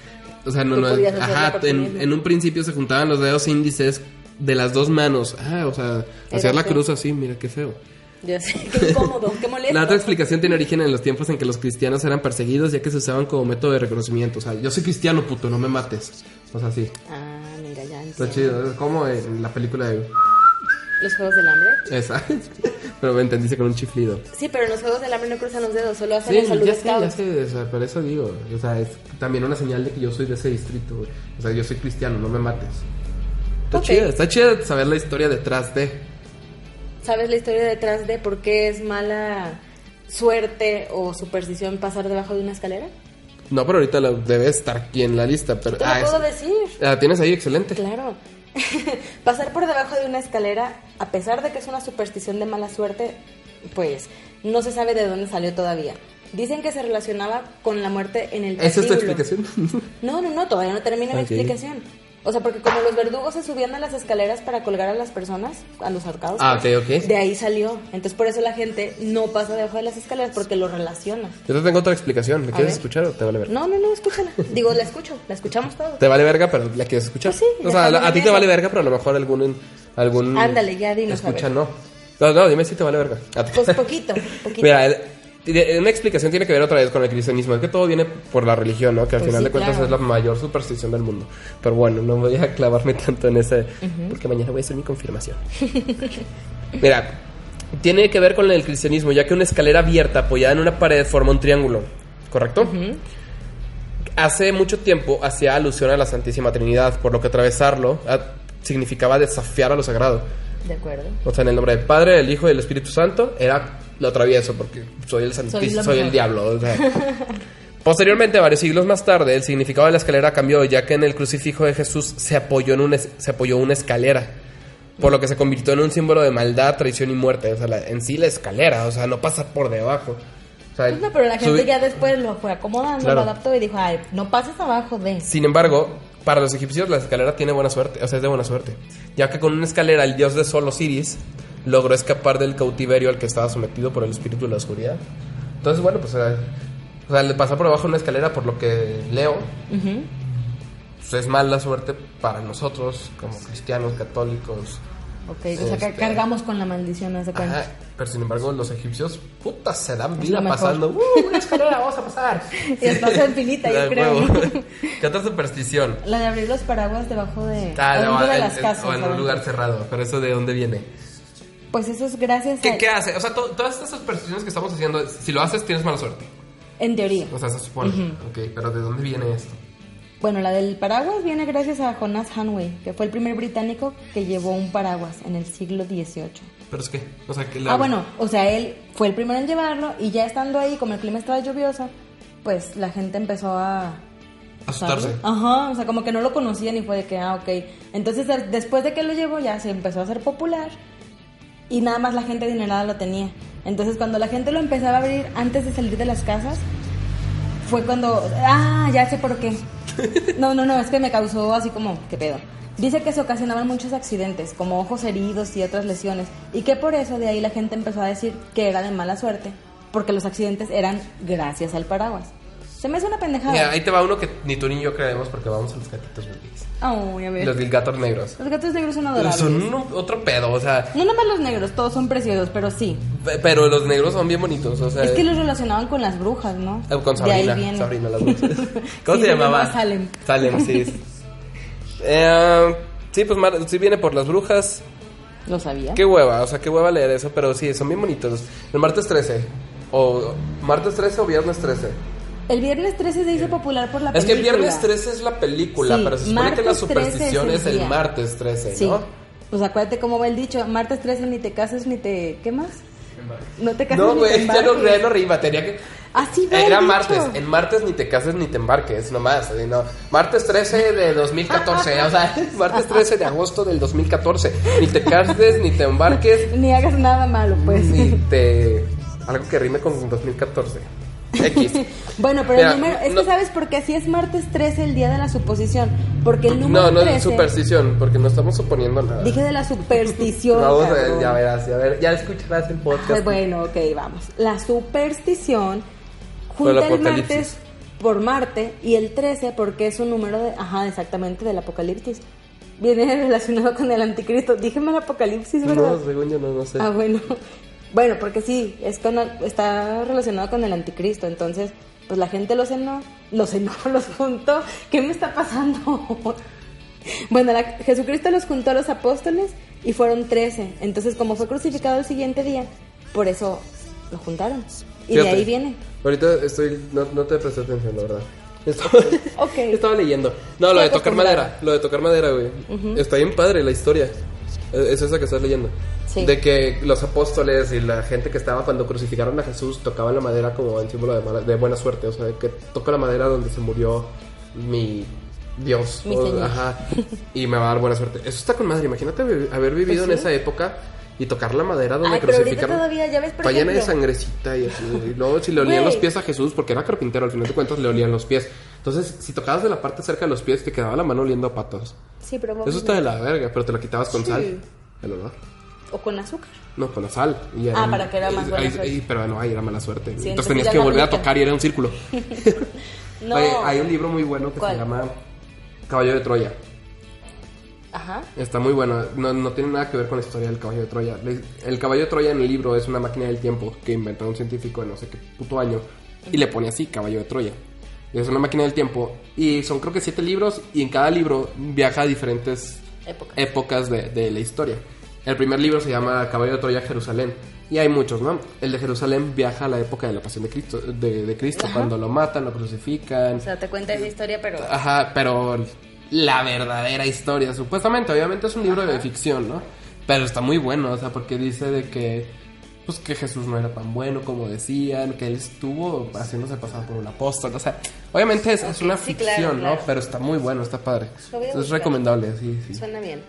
Speaker 1: O sea, no,
Speaker 2: Tú
Speaker 1: no.
Speaker 2: podías hacerlo
Speaker 1: Ajá,
Speaker 2: por ti
Speaker 1: en,
Speaker 2: mismo.
Speaker 1: en un principio se juntaban los dedos índices de las dos manos. Ah, o sea, hacer la
Speaker 2: feo.
Speaker 1: cruz así, mira qué feo.
Speaker 2: Ya sé, qué incómodo, qué molesto.
Speaker 1: La otra explicación tiene origen en los tiempos en que los cristianos eran perseguidos, ya que se usaban como método de reconocimiento. O sea, yo soy cristiano, puto, no me mates. O sea, sí.
Speaker 2: Ah, mira, ya
Speaker 1: Está
Speaker 2: entiendo.
Speaker 1: chido. Es como en la película de.
Speaker 2: ¿Los Juegos del Hambre?
Speaker 1: Esa. Pero me entendiste con un chiflido.
Speaker 2: Sí, pero en los Juegos del Hambre no cruzan los dedos, solo hacen
Speaker 1: Sí,
Speaker 2: el saludo
Speaker 1: ya sé,
Speaker 2: scout.
Speaker 1: ya sé, o sea, por eso digo, o sea, es también una señal de que yo soy de ese distrito, güey. o sea, yo soy cristiano, no me mates. Está
Speaker 2: Ok.
Speaker 1: chido, está chido saber la historia detrás de,
Speaker 2: ¿Sabes la historia detrás de por qué es mala suerte o superstición pasar debajo de una escalera?
Speaker 1: no, pero ahorita la, debe estar aquí en la lista, pero
Speaker 2: Te
Speaker 1: ah,
Speaker 2: lo puedo
Speaker 1: es-
Speaker 2: decir.
Speaker 1: la tienes ahí, excelente.
Speaker 2: Claro. Pasar por debajo de una escalera, a pesar de que es una superstición de mala suerte, pues no se sabe de dónde salió todavía. Dicen que se relacionaba con la muerte en el
Speaker 1: Esa es tu
Speaker 2: vestíbulo.
Speaker 1: explicación.
Speaker 2: No, no, no, todavía no termina mi
Speaker 1: Ok.
Speaker 2: explicación. O sea, porque como los verdugos se subían a las escaleras para colgar a las personas, a los arcados,
Speaker 1: Ah,
Speaker 2: pues,
Speaker 1: ok, ok.
Speaker 2: de ahí salió. Entonces por eso la gente no pasa debajo de las escaleras porque lo relaciona.
Speaker 1: Yo te tengo otra explicación, ¿me
Speaker 2: A
Speaker 1: quieres
Speaker 2: ver.
Speaker 1: escuchar o te vale verga?
Speaker 2: No, no, no, escúchala. Digo, la escucho, la escuchamos todos.
Speaker 1: Te vale verga, pero la quieres escuchar.
Speaker 2: Pues sí,
Speaker 1: o sea,
Speaker 2: déjame
Speaker 1: la- a ti
Speaker 2: en
Speaker 1: te
Speaker 2: eso.
Speaker 1: vale verga, pero a lo mejor algún algún
Speaker 2: Ándale, ya dinos, a
Speaker 1: Escucha,
Speaker 2: ver.
Speaker 1: no. No, no, dime si te vale verga. A ti.
Speaker 2: Pues poquito, poquito.
Speaker 1: Mira, el- tiene- eh, una explicación tiene que ver otra vez con el cristianismo. Es que todo viene por la religión, ¿no? Que al
Speaker 2: Pues
Speaker 1: final
Speaker 2: sí,
Speaker 1: de cuentas
Speaker 2: claro.
Speaker 1: es la mayor superstición del mundo. Pero bueno, no voy a clavarme tanto en ese. Porque mañana voy a hacer mi confirmación. Mira, tiene que ver con el cristianismo, ya que una escalera abierta apoyada en una pared forma un triángulo, ¿correcto? Hace mucho tiempo hacía alusión a la Santísima Trinidad, por lo que atravesarlo ah, significaba desafiar a lo sagrado.
Speaker 2: De acuerdo.
Speaker 1: O sea, en el nombre del Padre, del Hijo y del Espíritu Santo, era lo atravieso porque soy el
Speaker 2: Soy
Speaker 1: santísimo,
Speaker 2: lo
Speaker 1: soy, el
Speaker 2: mejor.
Speaker 1: diablo. o sea. Posteriormente, varios siglos más tarde, el significado de la escalera cambió, ya que en el crucifijo de Jesús se apoyó, en una, es- se apoyó una escalera, por lo que se convirtió en un símbolo de maldad, traición y muerte. O sea, la- en sí la escalera, o sea, no pasa por debajo. O sea,
Speaker 2: Pues no, pero la gente
Speaker 1: subi-
Speaker 2: ya después lo fue acomodando,
Speaker 1: Claro.
Speaker 2: lo adaptó y dijo, ay, no pases abajo de...
Speaker 1: Sin embargo, para los egipcios la escalera tiene buena suerte, o sea, es de buena suerte, ya que con una escalera el dios de Sol Osiris logró escapar del cautiverio al que estaba sometido por el espíritu de la oscuridad. Entonces, bueno, pues, eh, o sea, le pasa por abajo una escalera por lo que leo. pues, es mala suerte para nosotros, como cristianos, católicos.
Speaker 2: Ok, o sea, que
Speaker 1: Este-
Speaker 2: cargamos con la maldición, haz de
Speaker 1: Ajá,
Speaker 2: cuenta.
Speaker 1: Pero sin embargo, los egipcios, puta, se dan
Speaker 2: Es
Speaker 1: vida
Speaker 2: lo mejor.
Speaker 1: pasando. ¡Uh, una escalera, vamos a pasar!
Speaker 2: Y hasta se infinita, yo
Speaker 1: Ah,
Speaker 2: creo.
Speaker 1: huevo. ¿Qué otra superstición?
Speaker 2: La de abrir los paraguas debajo de...
Speaker 1: Ah,
Speaker 2: adentro
Speaker 1: no,
Speaker 2: de
Speaker 1: en-
Speaker 2: las
Speaker 1: en-
Speaker 2: casas.
Speaker 1: o en un
Speaker 2: adentro.
Speaker 1: lugar cerrado, pero eso de dónde viene.
Speaker 2: Pues eso es gracias
Speaker 1: ¿Qué,
Speaker 2: a...
Speaker 1: qué hace? O sea, to- todas estas supersticiones que estamos haciendo, si lo haces tienes mala suerte.
Speaker 2: En teoría.
Speaker 1: O sea, se supone. Ok, pero ¿de dónde viene esto?
Speaker 2: Bueno, la del paraguas viene gracias a Jonás Hanway, que fue el primer británico que llevó un paraguas en el siglo XVIII.
Speaker 1: ¿Pero es qué? O sea, que la-
Speaker 2: Ah, bueno, o sea, él fue el primero en llevarlo y ya estando ahí, como el clima estaba lluvioso, pues la gente empezó a...
Speaker 1: Asustarse.
Speaker 2: ¿sabes? Ajá, o sea, como que no lo conocían y fue de que, ah, ok. Entonces, de- después de que lo llevó, ya se empezó a hacer popular y nada más la gente adinerada lo tenía. Entonces, cuando la gente lo empezaba a abrir antes de salir de las casas, fue cuando, ah, ya sé por qué. No, no, no, es que me causó así como, ¿qué pedo? Dice que se ocasionaban muchos accidentes, como ojos heridos y otras lesiones, y que por eso de ahí la gente empezó a decir que era de mala suerte, porque los accidentes eran gracias al paraguas. Se me hace una pendejada.
Speaker 1: Mira, ahí te va uno que ni tú ni yo creemos porque vamos a los gatitos bebés.
Speaker 2: Ay, a ver.
Speaker 1: Los gatos negros.
Speaker 2: Ah, Los gatos negros son adorables.
Speaker 1: Son un- otro pedo, o sea,
Speaker 2: No nomás los negros, todos son preciosos, pero sí.
Speaker 1: pe- pero los negros son bien bonitos, o sea.
Speaker 2: Es que los relacionaban con las brujas, ¿no?
Speaker 1: eh, Con
Speaker 2: De ahí
Speaker 1: Sabrina,
Speaker 2: viene.
Speaker 1: Sabrina las brujas. ¿Cómo se
Speaker 2: Sí, se
Speaker 1: llamaba?
Speaker 2: llamaba Salem.
Speaker 1: Salem, sí. Eh, sí, pues Mar- sí viene por las brujas.
Speaker 2: Lo sabía.
Speaker 1: Qué hueva, o sea, qué hueva leer eso, pero sí, son bien bonitos. El martes 13, o martes 13 o viernes 13.
Speaker 2: El viernes 13 se hizo popular por la
Speaker 1: Es que
Speaker 2: película.
Speaker 1: viernes 13 es la película,
Speaker 2: Sí,
Speaker 1: pero se supone que
Speaker 2: martes
Speaker 1: la
Speaker 2: 13 es el
Speaker 1: superstición es el
Speaker 2: día.
Speaker 1: martes 13,
Speaker 2: Sí.
Speaker 1: ¿no?
Speaker 2: Pues acuérdate cómo va el dicho, martes 13 ni te casas ni te... ¿Qué más? No te casas
Speaker 1: No,
Speaker 2: ni te
Speaker 1: güey, ya no,
Speaker 2: embarques.
Speaker 1: ya no rima, tenía que... Eh,
Speaker 2: Así va el
Speaker 1: Era
Speaker 2: dicho.
Speaker 1: martes, en martes ni te cases ni te embarques, nomás, así, no. Martes 13 de 2014, o sea, martes 13 de agosto del 2014. Ni te cases, ni te embarques,
Speaker 2: Ni hagas nada malo, pues.
Speaker 1: ni te... Algo que rime con 2014. X.
Speaker 2: Bueno, pero
Speaker 1: Mira,
Speaker 2: el número... Es
Speaker 1: no-
Speaker 2: que sabes porque así es martes 13 el día de la suposición. Porque el número
Speaker 1: No, no es
Speaker 2: 13...
Speaker 1: superstición, porque no estamos suponiendo nada.
Speaker 2: Dije de la superstición.
Speaker 1: Vamos a
Speaker 2: cabrón.
Speaker 1: ver, pues, ya verás, ya ver, ya escucharás el podcast.
Speaker 2: Ay, bueno, ok, vamos. La superstición
Speaker 1: Por el
Speaker 2: junta el
Speaker 1: apocalipsis.
Speaker 2: martes por Marte y el 13 porque es un número de... Ajá, exactamente, del apocalipsis. Viene relacionado con el anticristo. Dígame el apocalipsis, ¿verdad?
Speaker 1: No, pues, según yo no, no sé.
Speaker 2: Ah, bueno. Bueno, porque sí, es con, está relacionado con el anticristo, entonces, pues la gente los enó, los enó, los juntó. ¿Qué me está pasando? Bueno, la- Jesucristo los juntó a los apóstoles y fueron trece. Entonces, como fue crucificado el siguiente día, por eso lo juntaron. Y de
Speaker 1: Fíjate,
Speaker 2: ahí viene.
Speaker 1: Ahorita estoy, no, no te presté atención, la verdad. Estaba,
Speaker 2: Ok.
Speaker 1: estaba leyendo. No, lo de tocar
Speaker 2: acostumbrada.
Speaker 1: madera, lo de tocar madera, güey. Está bien padre la historia. Eh, Es esa que estás leyendo.
Speaker 2: Sí.
Speaker 1: De que los apóstoles y la gente que estaba cuando crucificaron a Jesús tocaban la madera como en símbolo de, mala- de buena suerte. O sea, de que toca la madera donde se murió mi Dios.
Speaker 2: Mi
Speaker 1: o-
Speaker 2: Señor.
Speaker 1: ajá. Y me va a dar buena suerte. Eso está con madre. Imagínate vi- haber vivido en esa época y tocar la madera donde
Speaker 2: Pues Ay, pero ahorita
Speaker 1: crucificaron.
Speaker 2: todavía, ya ves, por
Speaker 1: Está llena de
Speaker 2: ejemplo.
Speaker 1: sangrecita y así. Y luego, si le olían
Speaker 2: Güey.
Speaker 1: los pies a Jesús, porque era carpintero, al final de cuentas le olían los pies. Entonces, si tocabas de la parte cerca de los pies, te quedaba la mano oliendo a patos.
Speaker 2: Sí, pero vamos
Speaker 1: Eso está de la verga, pero te lo quitabas con
Speaker 2: Sí.
Speaker 1: sal. El olor.
Speaker 2: O con azúcar.
Speaker 1: No, con la sal. Y
Speaker 2: Ah, para que era más buena
Speaker 1: ahí-
Speaker 2: suerte.
Speaker 1: ahí- pero no, ahí era mala suerte.
Speaker 2: Sí,
Speaker 1: entonces
Speaker 2: entonces
Speaker 1: tenías
Speaker 2: ya
Speaker 1: que
Speaker 2: no
Speaker 1: volver a
Speaker 2: aplica.
Speaker 1: tocar y era un círculo.
Speaker 2: No.
Speaker 1: Oye, hay un libro muy bueno que
Speaker 2: ¿Cuál?
Speaker 1: se llama Caballo de Troya.
Speaker 2: Ajá.
Speaker 1: Está muy bueno, no, no tiene nada que ver con la historia del caballo de Troya. Le- El caballo de Troya en el libro es una máquina del tiempo que inventó un científico en no sé qué puto año y le pone así, caballo de Troya. Y Es una máquina del tiempo y son creo que siete libros y en cada libro viaja a diferentes
Speaker 2: Época.
Speaker 1: épocas de, de la historia. El primer libro se llama Caballo de Troya Jerusalén y hay muchos, ¿no? El de Jerusalén viaja a la época de la pasión de Cristo, de, de Cristo cuando lo matan, lo crucifican,
Speaker 2: O sea, te cuenta esa historia, pero...
Speaker 1: Ajá, pero la verdadera historia, supuestamente. Obviamente es un libro de ficción, ¿no? Pero está muy bueno, o sea, porque dice de que, pues que Jesús no era tan bueno como decían, que él estuvo haciéndose pasar por un apóstol, o sea, obviamente es, es una
Speaker 2: sí,
Speaker 1: ficción,
Speaker 2: claro,
Speaker 1: ¿no?
Speaker 2: claro.
Speaker 1: Pero está muy bueno, está padre.
Speaker 2: Lo voy a
Speaker 1: Es
Speaker 2: buscar.
Speaker 1: recomendable, sí, sí.
Speaker 2: Suena bien.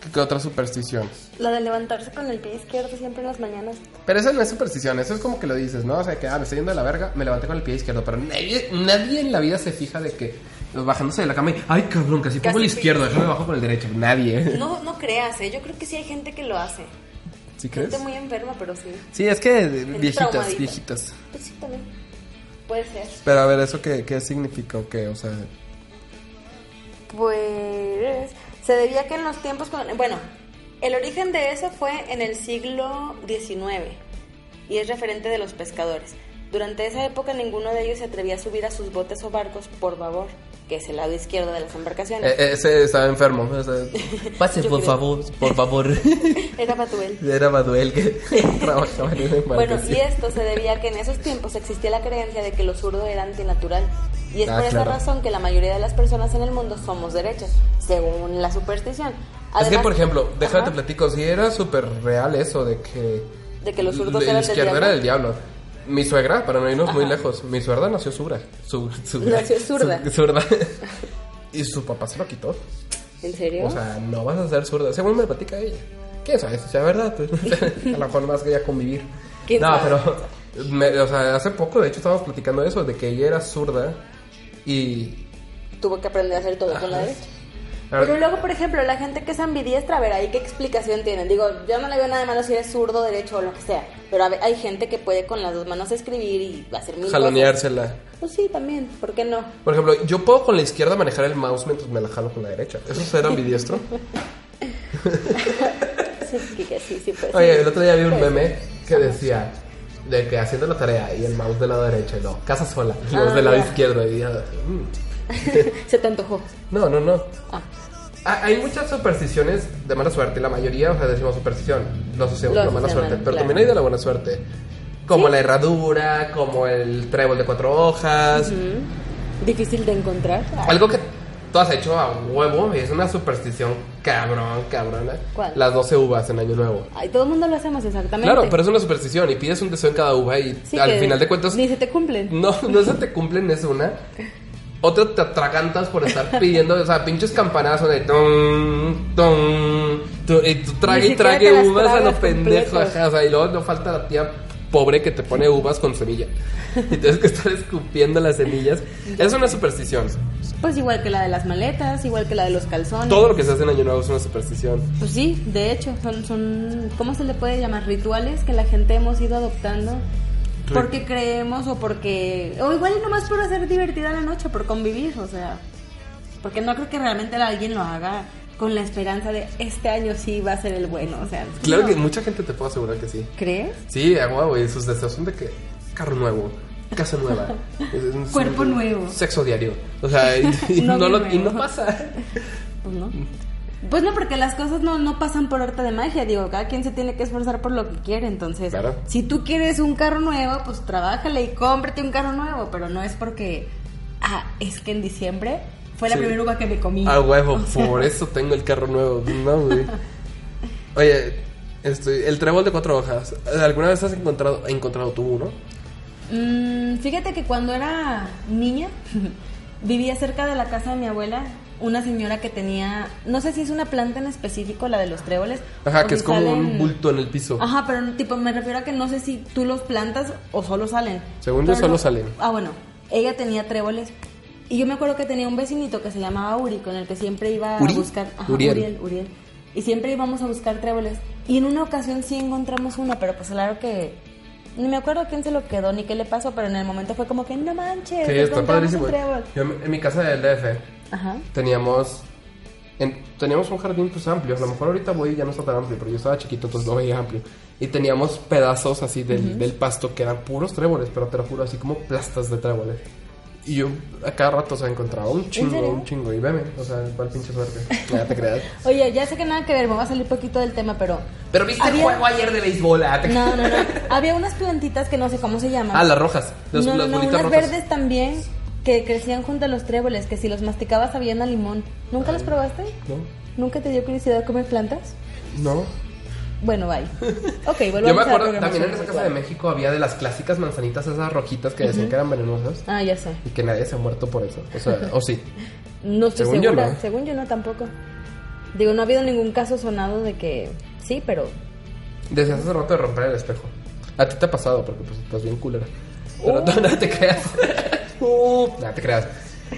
Speaker 1: ¿Qué, qué otra superstición?
Speaker 2: La de levantarse con el pie izquierdo siempre en las mañanas.
Speaker 1: Pero eso no es superstición, eso es como que lo dices, ¿no? O sea, que, ah, me estoy yendo de la verga, me levanté con el pie izquierdo, pero nadie, nadie en la vida se fija de que bajándose de la cama y, ay, cabrón, casi pongo el
Speaker 2: Casi
Speaker 1: izquierdo, déjame bajo con el derecho. Nadie.
Speaker 2: No, no creas, ¿eh? yo creo que sí hay gente que lo hace.
Speaker 1: ¿Sí crees?
Speaker 2: Gente muy enferma, pero sí.
Speaker 1: Sí, es que eh, viejitas,
Speaker 2: traumadita.
Speaker 1: viejitas.
Speaker 2: Pues sí, también. Puede ser.
Speaker 1: Pero a ver, ¿eso qué, qué significa o qué? O sea,
Speaker 2: Pues se debía que en los tiempos... con- Bueno, el origen de eso fue en el siglo XIX y es referente de los pescadores. Durante esa época ninguno de ellos se atrevía a subir a sus botes o barcos por babor, que es el lado izquierdo de las embarcaciones.
Speaker 1: eh, ese estaba enfermo. o sea,
Speaker 3: Pase, por favor, por favor.
Speaker 1: eh.
Speaker 2: Era Batuel.
Speaker 1: era Maduel que trabajaba en una
Speaker 2: Bueno,
Speaker 1: embarcación.
Speaker 2: y esto se debía a que en esos tiempos existía la creencia de que lo zurdo era antinatural. Y es
Speaker 1: Ah,
Speaker 2: por esa
Speaker 1: claro.
Speaker 2: razón que la mayoría de las personas en el mundo somos derechas, según la superstición.
Speaker 1: es que,
Speaker 2: Además-
Speaker 1: por ejemplo, déjame te
Speaker 2: Ajá.
Speaker 1: platico, si era súper real eso de que...
Speaker 2: De que los zurdos
Speaker 1: el
Speaker 2: eran del
Speaker 1: izquierdo
Speaker 2: diablo.
Speaker 1: era del diablo. Mi suegra, para no irnos muy lejos, mi suegra nació zurda. Su- zurda.
Speaker 2: Nació zurda.
Speaker 1: Su- zurda. y su papá se lo quitó.
Speaker 2: ¿En serio?
Speaker 1: O sea, no vas a ser zurda. Según me platica ella. ¿Quién sabe si sea verdad? a lo mejor más que ella convivir.
Speaker 2: ¿Quién
Speaker 1: no,
Speaker 2: sabe?
Speaker 1: pero... me- o sea, hace poco, de hecho, estábamos platicando eso, de que ella era zurda y...
Speaker 2: Tuvo que aprender a hacer todo con la
Speaker 1: Ajá.
Speaker 2: derecha. Pero luego, por ejemplo, la gente que es ambidiestra, a ver, ahí qué explicación tienen. Digo, yo no le veo nada de malo si eres zurdo, derecho o lo que sea. Pero a ver, hay gente que puede con las dos manos escribir y hacer mil cosas.
Speaker 4: Jaloneársela.
Speaker 2: Pues sí, también, ¿por qué no?
Speaker 4: Por ejemplo, yo puedo con la izquierda manejar el mouse mientras me la jalo con la derecha. ¿Eso es ser ambidiestro?
Speaker 2: Sí, que- que sí, sí, pues.
Speaker 1: Oye, el otro día vi un meme que decía de que haciendo la tarea y el mouse del lado derecho, y no, casa sola, el mouse
Speaker 2: Ah,
Speaker 1: del lado
Speaker 2: ya.
Speaker 1: izquierdo. Y, ah, mm.
Speaker 2: Se te antojó.
Speaker 1: no, no, no.
Speaker 2: Ah,
Speaker 1: Ha- Hay muchas supersticiones de mala suerte, y la mayoría, o sea, decimos superstición, lo asociamos
Speaker 2: Lo
Speaker 1: con la mala
Speaker 2: asociamos,
Speaker 1: suerte, pero
Speaker 2: claro.
Speaker 1: también hay de la buena suerte. Como la herradura, como el trébol de cuatro hojas,
Speaker 2: difícil de encontrar. Ah,
Speaker 1: algo que tú has hecho a huevo y es una superstición cabrón, cabrona.
Speaker 2: ¿Cuál?
Speaker 1: Las 12 uvas en Año Nuevo.
Speaker 2: Ay, todo el mundo lo hacemos exactamente.
Speaker 1: Claro, pero es una superstición y pides un deseo en cada uva y
Speaker 2: Sí,
Speaker 1: al
Speaker 2: que
Speaker 1: final de cuentas Mm.
Speaker 2: Ni se te cumplen.
Speaker 1: no, no se te cumplen, es una. Otra te atragantas por estar pidiendo, o sea, pinches campanadas de ton, ton, tu- y tú trague
Speaker 2: Ni
Speaker 1: y
Speaker 2: siquiera
Speaker 1: trague
Speaker 2: te las
Speaker 1: uvas a lo
Speaker 2: tragas
Speaker 1: pendejo,
Speaker 2: completas.
Speaker 1: ajá, o sea, y luego no falta la tía pobre que te pone uvas con semilla. Y tienes que estar escupiendo las semillas. Es una superstición.
Speaker 2: Pues igual que la de las maletas, igual que la de los calzones.
Speaker 1: Todo lo que se hace en Año Nuevo es una superstición.
Speaker 2: Pues sí, de hecho, son, son, ¿cómo se le puede llamar? Rituales que la gente hemos ido adoptando porque creemos o porque, o igual y nomás por hacer divertida la noche, por convivir, o sea, porque no creo que realmente alguien lo haga con la esperanza de este año sí va a ser el bueno, o sea.
Speaker 1: Claro
Speaker 2: no.
Speaker 1: que mucha gente te puedo asegurar que sí.
Speaker 2: ¿Crees?
Speaker 1: Sí, a huevo, y sus deseos son de que carro nuevo, casa nueva, es- es un-
Speaker 2: Cuerpo
Speaker 1: un-
Speaker 2: nuevo.
Speaker 1: sexo diario. O sea, y, y no,
Speaker 2: Novio
Speaker 1: lo- y
Speaker 2: nuevo.
Speaker 1: no pasa.
Speaker 2: Pues no. Pues no, porque las cosas no, no pasan por arte de magia, digo, cada quien se tiene que esforzar por lo que quiere, entonces,
Speaker 1: Claro.
Speaker 2: si tú quieres un carro nuevo, pues trabájale y cómprate un carro nuevo, pero no es porque, ah, es que en diciembre fue la
Speaker 1: Sí.
Speaker 2: primera uva que me comí.
Speaker 1: A huevo, por eso tengo el carro nuevo. No, güey. Oye, estoy, el trébol de cuatro hojas. ¿Alguna vez has encontrado, encontrado tú uno?
Speaker 2: Mm, fíjate que cuando era niña, vivía cerca de la casa de mi abuela, una señora que tenía, no sé si es una planta en específico, la de los tréboles.
Speaker 1: Ajá,
Speaker 2: o
Speaker 1: que es como un
Speaker 2: salen-
Speaker 1: bulto en el piso.
Speaker 2: Ajá, pero no, tipo, me refiero a que no sé si tú los plantas o solo salen.
Speaker 1: Según yo,
Speaker 2: Pero
Speaker 1: solo
Speaker 2: no-
Speaker 1: salen.
Speaker 2: Ah, bueno, ella tenía tréboles. Y yo me acuerdo que tenía un vecinito que se llamaba Uri, con el que siempre iba
Speaker 1: ¿Uri?
Speaker 2: a buscar.
Speaker 1: Uriel.
Speaker 2: Uriel, Uriel. Y siempre íbamos a buscar tréboles. Y en una ocasión sí encontramos uno, pero pues claro que. Ni me acuerdo quién se lo quedó ni qué le pasó, pero en el momento fue como que no manches.
Speaker 1: sí, está
Speaker 2: encontramos
Speaker 1: padrísimo.
Speaker 2: Un trébol.
Speaker 1: Yo en en mi casa del DF
Speaker 2: Ajá.
Speaker 1: teníamos en- teníamos un jardín pues amplio, a lo mejor ahorita voy y ya no está tan amplio, pero yo estaba chiquito entonces lo veía amplio. Y teníamos pedazos así del, del pasto que eran puros tréboles, pero te lo juro, así como plastas de tréboles. Y yo a cada rato se encontraba un chingo,
Speaker 2: serio?
Speaker 1: un chingo, y veme, o sea, cuál pinche suerte. Nada te creas.
Speaker 2: Oye, ya sé que nada que ver, me va a salir poquito del tema, pero.
Speaker 1: Pero viste
Speaker 2: Había-
Speaker 1: el juego ayer de béisbol, ah, te-
Speaker 2: No, no, no. Había unas plantitas que no sé cómo se llaman.
Speaker 1: Ah, las rojas, las,
Speaker 2: no,
Speaker 1: las
Speaker 2: no, no,
Speaker 1: bolitas
Speaker 2: unas
Speaker 1: rojas.
Speaker 2: verdes también que crecían junto a los tréboles, que si los masticabas sabían a limón. ¿Nunca los probaste?
Speaker 1: No,
Speaker 2: ¿Nunca te dio curiosidad comer plantas?
Speaker 1: no.
Speaker 2: Bueno, bye. Ok,
Speaker 1: Yo
Speaker 2: volvamos
Speaker 1: me
Speaker 2: a la
Speaker 1: acuerdo,
Speaker 2: programación
Speaker 1: también en esa casa de
Speaker 2: virtual.
Speaker 1: México había de las clásicas manzanitas esas rojitas que decían que eran venenosas.
Speaker 2: Ah, ya sé.
Speaker 1: Y que nadie se ha muerto por eso. O sea, o sí.
Speaker 2: No estoy
Speaker 1: Según yo
Speaker 2: segura.
Speaker 1: no.
Speaker 2: Según yo no tampoco. Digo, no ha habido ningún caso sonado de que sí, pero
Speaker 1: Desde hace rato de romper el espejo. A ti te ha pasado porque pues estás bien culera. Pero no, no te creas. Uh, no te creas.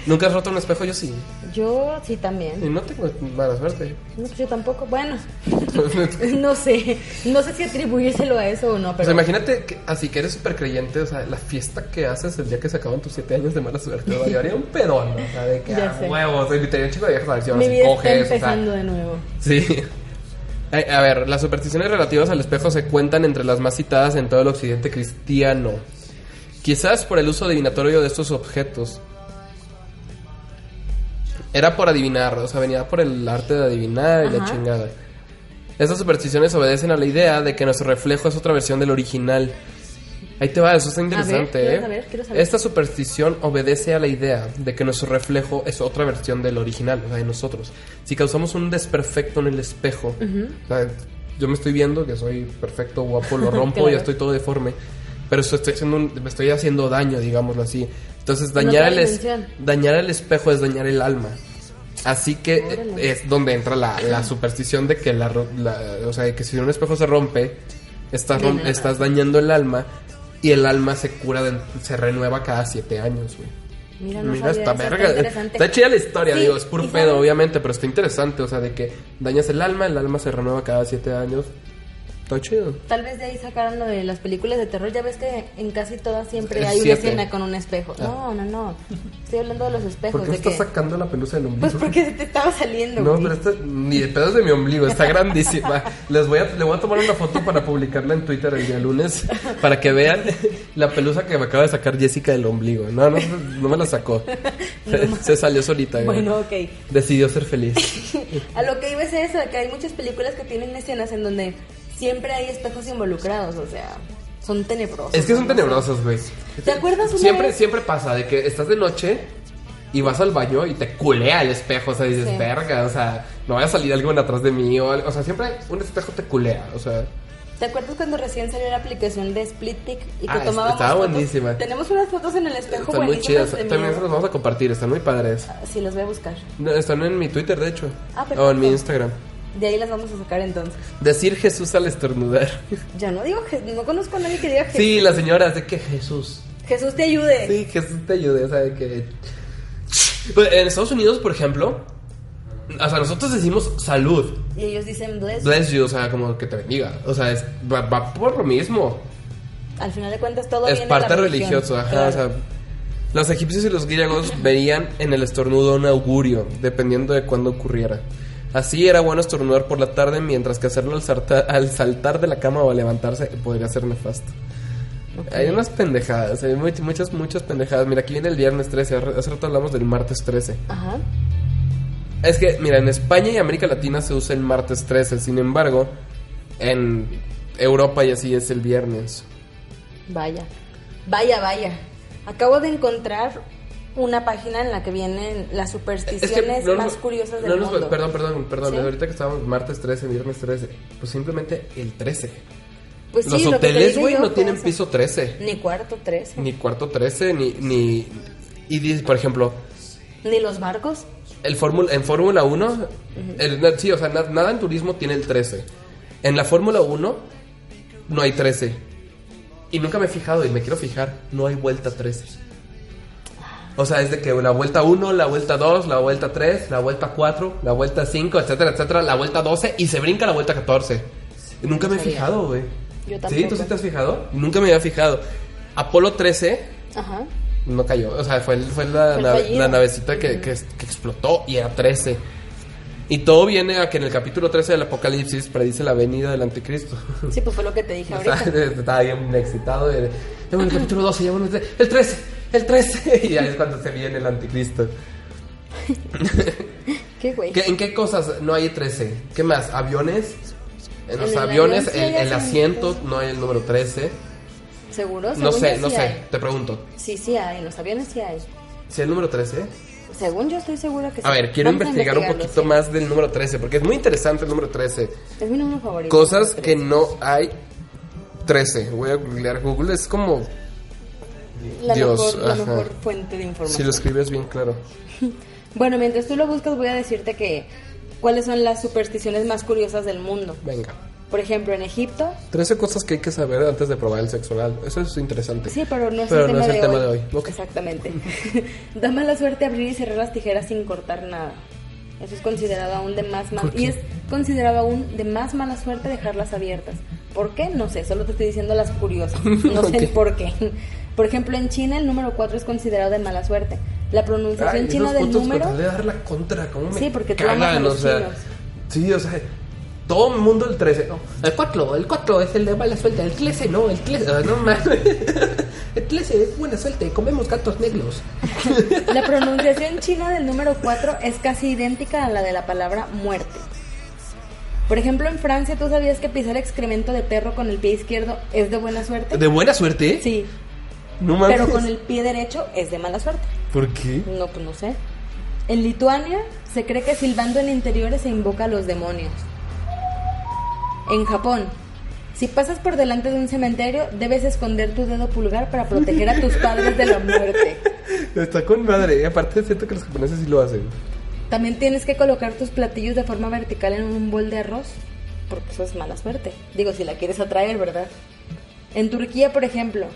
Speaker 1: Nunca has roto un espejo, yo sí.
Speaker 2: yo sí
Speaker 1: Y
Speaker 2: también.
Speaker 1: no tengo mala suerte.
Speaker 2: No, pues yo tampoco. Bueno,
Speaker 1: o
Speaker 2: no sé. No sé si atribuírselo a eso o no, pero
Speaker 1: sea, imagínate que, así que eres súper creyente, o sea, la fiesta que haces el día que se acaban tus siete años de mala suerte, yo haría un pedón, o sea, de que
Speaker 2: Ya
Speaker 1: a
Speaker 2: sé.
Speaker 1: huevos, te invitaría a un chico de viejas a ver si ahora
Speaker 2: mi
Speaker 1: sí
Speaker 2: vida
Speaker 1: coges, o
Speaker 2: está
Speaker 1: sea,
Speaker 2: empezando de nuevo.
Speaker 1: Sí. Ay, A ver, las supersticiones relativas al espejo se cuentan entre las más citadas en todo el occidente cristiano. Quizás por el uso adivinatorio de estos objetos. Era por adivinar, o sea, venía por el arte de adivinar y la
Speaker 2: Ajá.
Speaker 1: chingada. Estas supersticiones obedecen a la idea de que nuestro reflejo es otra versión del original. Ahí te va, eso está interesante,
Speaker 2: quiero
Speaker 1: ¿eh?
Speaker 2: saber, quiero saber.
Speaker 1: Esta superstición obedece a la idea de que nuestro reflejo es otra versión del original, o sea, de nosotros. Si causamos un desperfecto en el espejo, o sea, yo me estoy viendo que soy perfecto, guapo, lo rompo y
Speaker 2: Claro.
Speaker 1: estoy todo deforme, pero esto estoy haciendo un- me estoy haciendo daño, digámoslo así. Entonces,
Speaker 2: En
Speaker 1: dañar,
Speaker 2: otra
Speaker 1: el es-
Speaker 2: dimensión.
Speaker 1: dañar el espejo es dañar el alma. Así que eh,
Speaker 2: Órale.
Speaker 1: es donde entra la, la superstición de que la, ro- la- o sea, que si un espejo se rompe, estás, rom-
Speaker 2: Daña el alma.
Speaker 1: estás dañando el alma y el alma se cura, de- se renueva cada siete años, güey.
Speaker 2: Mira, no
Speaker 1: Mira,
Speaker 2: sabía
Speaker 1: está
Speaker 2: eso,
Speaker 1: verga.
Speaker 2: interesante.
Speaker 1: Está chida la historia,
Speaker 2: Sí,
Speaker 1: digo, es
Speaker 2: y
Speaker 1: puro
Speaker 2: sabe-
Speaker 1: pedo, obviamente, pero está interesante. O sea, de que dañas el alma, el alma se renueva cada siete años. Está chido.
Speaker 2: Tal vez de ahí sacaron lo de las películas de terror. Ya ves que en casi todas siempre
Speaker 1: El
Speaker 2: hay una
Speaker 1: siete.
Speaker 2: escena con un espejo.
Speaker 1: Ah.
Speaker 2: No, no, no. Estoy hablando de los espejos.
Speaker 1: ¿Por qué
Speaker 2: de
Speaker 1: estás
Speaker 2: que-
Speaker 1: sacando la pelusa del ombligo?
Speaker 2: Pues porque se te estaba saliendo.
Speaker 1: No,
Speaker 2: güey.
Speaker 1: pero esta ni de pedos de mi ombligo, está grandísima. Les voy a, le voy a tomar una foto para publicarla en Twitter el día lunes para que vean la pelusa que me acaba de sacar Jessica del ombligo. No, no, no me la sacó. Se, se salió solita. güey.
Speaker 2: Bueno, ok.
Speaker 1: Decidió ser feliz.
Speaker 2: A lo que iba es eso, que hay muchas películas que tienen escenas en donde siempre hay espejos involucrados, o sea, son tenebrosos.
Speaker 1: Es que son
Speaker 2: ¿no?
Speaker 1: tenebrosos, güey.
Speaker 2: ¿Te acuerdas una
Speaker 1: Siempre,
Speaker 2: vez?
Speaker 1: siempre pasa de que estás de noche y vas al baño y te culea el espejo. O sea, dices,
Speaker 2: Sí.
Speaker 1: verga, o sea, no vaya a salir alguien atrás de mí. O, algo". o sea, siempre un espejo te culea. O sea,
Speaker 2: ¿Te acuerdas cuando recién salió la aplicación de Splittic y que
Speaker 1: Ah, es-
Speaker 2: tomábamos
Speaker 1: estaba
Speaker 2: fotos?
Speaker 1: buenísima.
Speaker 2: Tenemos unas fotos en el espejo
Speaker 1: están muy
Speaker 2: buenísimas
Speaker 1: chidas.
Speaker 2: de
Speaker 1: También se
Speaker 2: miedo.
Speaker 1: los vamos a compartir, están muy padres.
Speaker 2: Sí, las voy a buscar.
Speaker 1: No, están en mi Twitter, de hecho.
Speaker 2: Ah, perfecto.
Speaker 1: o en mi Instagram.
Speaker 2: De ahí las vamos a sacar entonces.
Speaker 1: Decir Jesús al estornudar.
Speaker 2: Ya no digo que no conozco a nadie que diga que
Speaker 1: Sí, la señora, de que Jesús.
Speaker 2: Jesús te ayude.
Speaker 1: Sí, Jesús te ayude, o sea, de que. Pues, en Estados Unidos, por ejemplo, o sea, nosotros decimos salud,
Speaker 2: Y ellos dicen "Pues, bless.
Speaker 1: bless you, o sea, como que te bendiga. O sea, es- va, va por lo mismo.
Speaker 2: Al final de cuentas todo
Speaker 1: es
Speaker 2: viene de
Speaker 1: parte
Speaker 2: la religión.
Speaker 1: religiosa. ajá,
Speaker 2: Claro.
Speaker 1: o sea, los egipcios y los griegos veían en el estornudo un augurio, dependiendo de cuándo ocurriera. Así era bueno estornudar por la tarde, mientras que hacerlo al, sarta- al saltar de la cama o al levantarse podría ser nefasto. Hay unas pendejadas, hay much- muchas, muchas pendejadas. Mira, aquí viene el viernes 13, hace hace rato hablamos del martes 13.
Speaker 2: Ajá.
Speaker 1: Es que, mira, en España y América Latina se usa el martes 13, sin embargo, en Europa y así es el viernes.
Speaker 2: Vaya, vaya, vaya. Acabo de encontrar una página en la que vienen las
Speaker 1: Es
Speaker 2: supersticiones
Speaker 1: que no nos-
Speaker 2: más curiosas del
Speaker 1: no nos-
Speaker 2: mundo.
Speaker 1: Perdón, perdón, perdón.
Speaker 2: ¿Sí?
Speaker 1: Ahorita que estábamos martes 13, viernes 13. Pues simplemente el 13.
Speaker 2: Pues sí,
Speaker 1: Los
Speaker 2: lo que te
Speaker 1: hoteles,
Speaker 2: dije
Speaker 1: güey,
Speaker 2: yo,
Speaker 1: no tienen
Speaker 2: pues,
Speaker 1: piso 13.
Speaker 2: Ni cuarto 13.
Speaker 1: Ni
Speaker 2: Ni,
Speaker 1: cuarto 13, ni... ni y dices, por ejemplo,
Speaker 2: los barcos.
Speaker 1: el Fórmula, en Fórmula 1... el- sí, o sea, na- nada en turismo tiene el 13. En la Fórmula 1 no hay 13. Y nunca me he fijado y me quiero fijar. No hay vuelta 13. O sea, es de que la vuelta 1, la vuelta 2, la vuelta 3, la vuelta 4, la vuelta 5, etcétera, etcétera, la vuelta 12 y se brinca la vuelta 14. Y nunca me he
Speaker 2: Sabía.
Speaker 1: fijado, güey.
Speaker 2: Yo
Speaker 1: ¿Sí?
Speaker 2: tampoco.
Speaker 1: ¿Tú sí te has fijado? Nunca me había fijado. Apolo 13
Speaker 2: Ajá.
Speaker 1: no cayó. O sea, fue, el- fue la,
Speaker 2: Fue el
Speaker 1: nave-
Speaker 2: fallido.
Speaker 1: la navecita que, que, que explotó y era 13. Y todo viene a que en el capítulo 13 del Apocalipsis predice la venida del anticristo.
Speaker 2: Sí, pues fue lo que te dije
Speaker 1: Estaba,
Speaker 2: ahorita.
Speaker 1: estaba bien excitado. de- Ya bueno, el capítulo 12, ya bueno, el tre- el 13, el 13. Y ahí es cuando se viene el anticristo.
Speaker 2: ¿Qué güey?
Speaker 1: ¿Qué- ¿En qué cosas no hay 13? ¿Qué más? ¿Aviones? En los
Speaker 2: En el
Speaker 1: aviones,
Speaker 2: avión sí
Speaker 1: el,
Speaker 2: hay
Speaker 1: el
Speaker 2: asiento.
Speaker 1: asiento no hay el número 13.
Speaker 2: ¿Seguro?
Speaker 1: No
Speaker 2: Según
Speaker 1: sé,
Speaker 2: yo
Speaker 1: no
Speaker 2: sí
Speaker 1: sé,
Speaker 2: hay.
Speaker 1: te pregunto.
Speaker 2: Sí, sí hay. En los aviones sí hay.
Speaker 1: ¿Si el número 13?
Speaker 2: Según yo estoy segura que sí.
Speaker 1: A ver, quiero
Speaker 2: Vamos a
Speaker 1: investigar un
Speaker 2: investigarlo,
Speaker 1: poquito más del número 13, porque es muy interesante el número 13.
Speaker 2: sí. Es mi número favorito.
Speaker 1: Cosas que no hay 13. Voy a googlear. Google es como
Speaker 2: La,
Speaker 1: Dios,
Speaker 2: mejor, la
Speaker 1: ajá.
Speaker 2: mejor fuente de información.
Speaker 1: si lo escribes bien claro.
Speaker 2: Bueno, mientras tú lo buscas, voy a decirte que cuáles son las supersticiones más curiosas del mundo.
Speaker 1: Venga.
Speaker 2: Por ejemplo, en Egipto.
Speaker 1: 13 cosas que hay que saber antes de probar el sexo oral. Eso es interesante.
Speaker 2: Sí, pero no es
Speaker 1: Pero
Speaker 2: el,
Speaker 1: no
Speaker 2: tema,
Speaker 1: es el
Speaker 2: de
Speaker 1: tema
Speaker 2: hoy.
Speaker 1: de hoy. Ok.
Speaker 2: Exactamente. da mala suerte abrir y cerrar las tijeras sin cortar nada. Eso es considerado aún de más mal
Speaker 1: ¿Por qué?
Speaker 2: y es considerado aún de más mala suerte dejarlas abiertas. ¿Por qué? No sé, solo te estoy diciendo las curiosas. No sé el
Speaker 1: Ok.
Speaker 2: por qué. Por ejemplo, en China el número 4 es considerado de mala suerte. La pronunciación
Speaker 1: Ay,
Speaker 2: Pues china
Speaker 1: esos
Speaker 2: del
Speaker 1: putos
Speaker 2: número
Speaker 1: con tal de dar la contra, ¿cómo me
Speaker 2: Sí, porque tú amas a
Speaker 1: cagan,
Speaker 2: los
Speaker 1: o sea,
Speaker 2: chinos.
Speaker 1: Sí, o sea, todo el mundo el 13. no, el 4, el 4 es el de mala suerte, el 13 no, el 13, ah, no mames. El 13 es buena suerte, comemos gatos negros.
Speaker 2: La pronunciación china del número 4 es casi idéntica a la de la palabra muerte. Por ejemplo, en Francia, ¿tú sabías que pisar excremento de perro con el pie izquierdo es de buena suerte?
Speaker 1: ¿De buena suerte?
Speaker 2: Sí,
Speaker 1: No mames.
Speaker 2: pero con el pie derecho es de mala suerte.
Speaker 1: ¿Por qué?
Speaker 2: No, pues no sé. En Lituania, se cree que silbando en interiores se invoca a los demonios. En Japón, si pasas por delante de un cementerio, debes esconder tu dedo pulgar para proteger a tus padres de la muerte.
Speaker 1: Está con madre. y Aparte, siento que los japoneses sí lo hacen.
Speaker 2: También tienes que colocar tus platillos de forma vertical en un bol de arroz, porque eso es mala suerte. Digo, si la quieres atraer, ¿verdad? En Turquía, por ejemplo,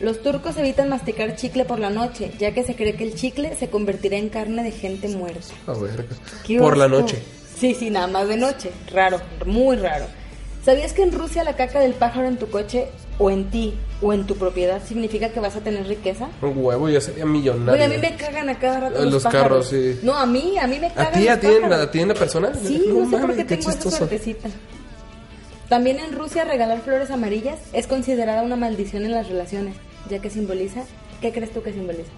Speaker 2: Los turcos evitan masticar chicle por la noche, ya que se cree que el chicle se convertirá en carne de gente muerta.
Speaker 1: A ver, pues,
Speaker 2: Qué
Speaker 1: por la
Speaker 2: asco.
Speaker 1: noche.
Speaker 2: Sí, sí, nada más de noche. Raro, muy raro. ¿Sabías que en Rusia la caca del pájaro en tu coche o en ti o en tu propiedad significa que vas a tener riqueza?
Speaker 1: Un huevo, yo sería millonario.
Speaker 2: Oye, a mí me cagan a cada rato
Speaker 1: Eh,
Speaker 2: los,
Speaker 1: los carros,
Speaker 2: pájaros.
Speaker 1: sí.
Speaker 2: No, a mí, a mí me cagan
Speaker 1: ¿A ti,
Speaker 2: los
Speaker 1: a ti, en-
Speaker 2: pájaros.
Speaker 1: a ti en la persona?
Speaker 2: Sí, no, sé por
Speaker 1: mames,
Speaker 2: qué tengo esa
Speaker 1: chistoso.
Speaker 2: suertecita. También en Rusia regalar flores amarillas es considerada una maldición en las relaciones, ya que simboliza, ¿qué crees tú que simboliza?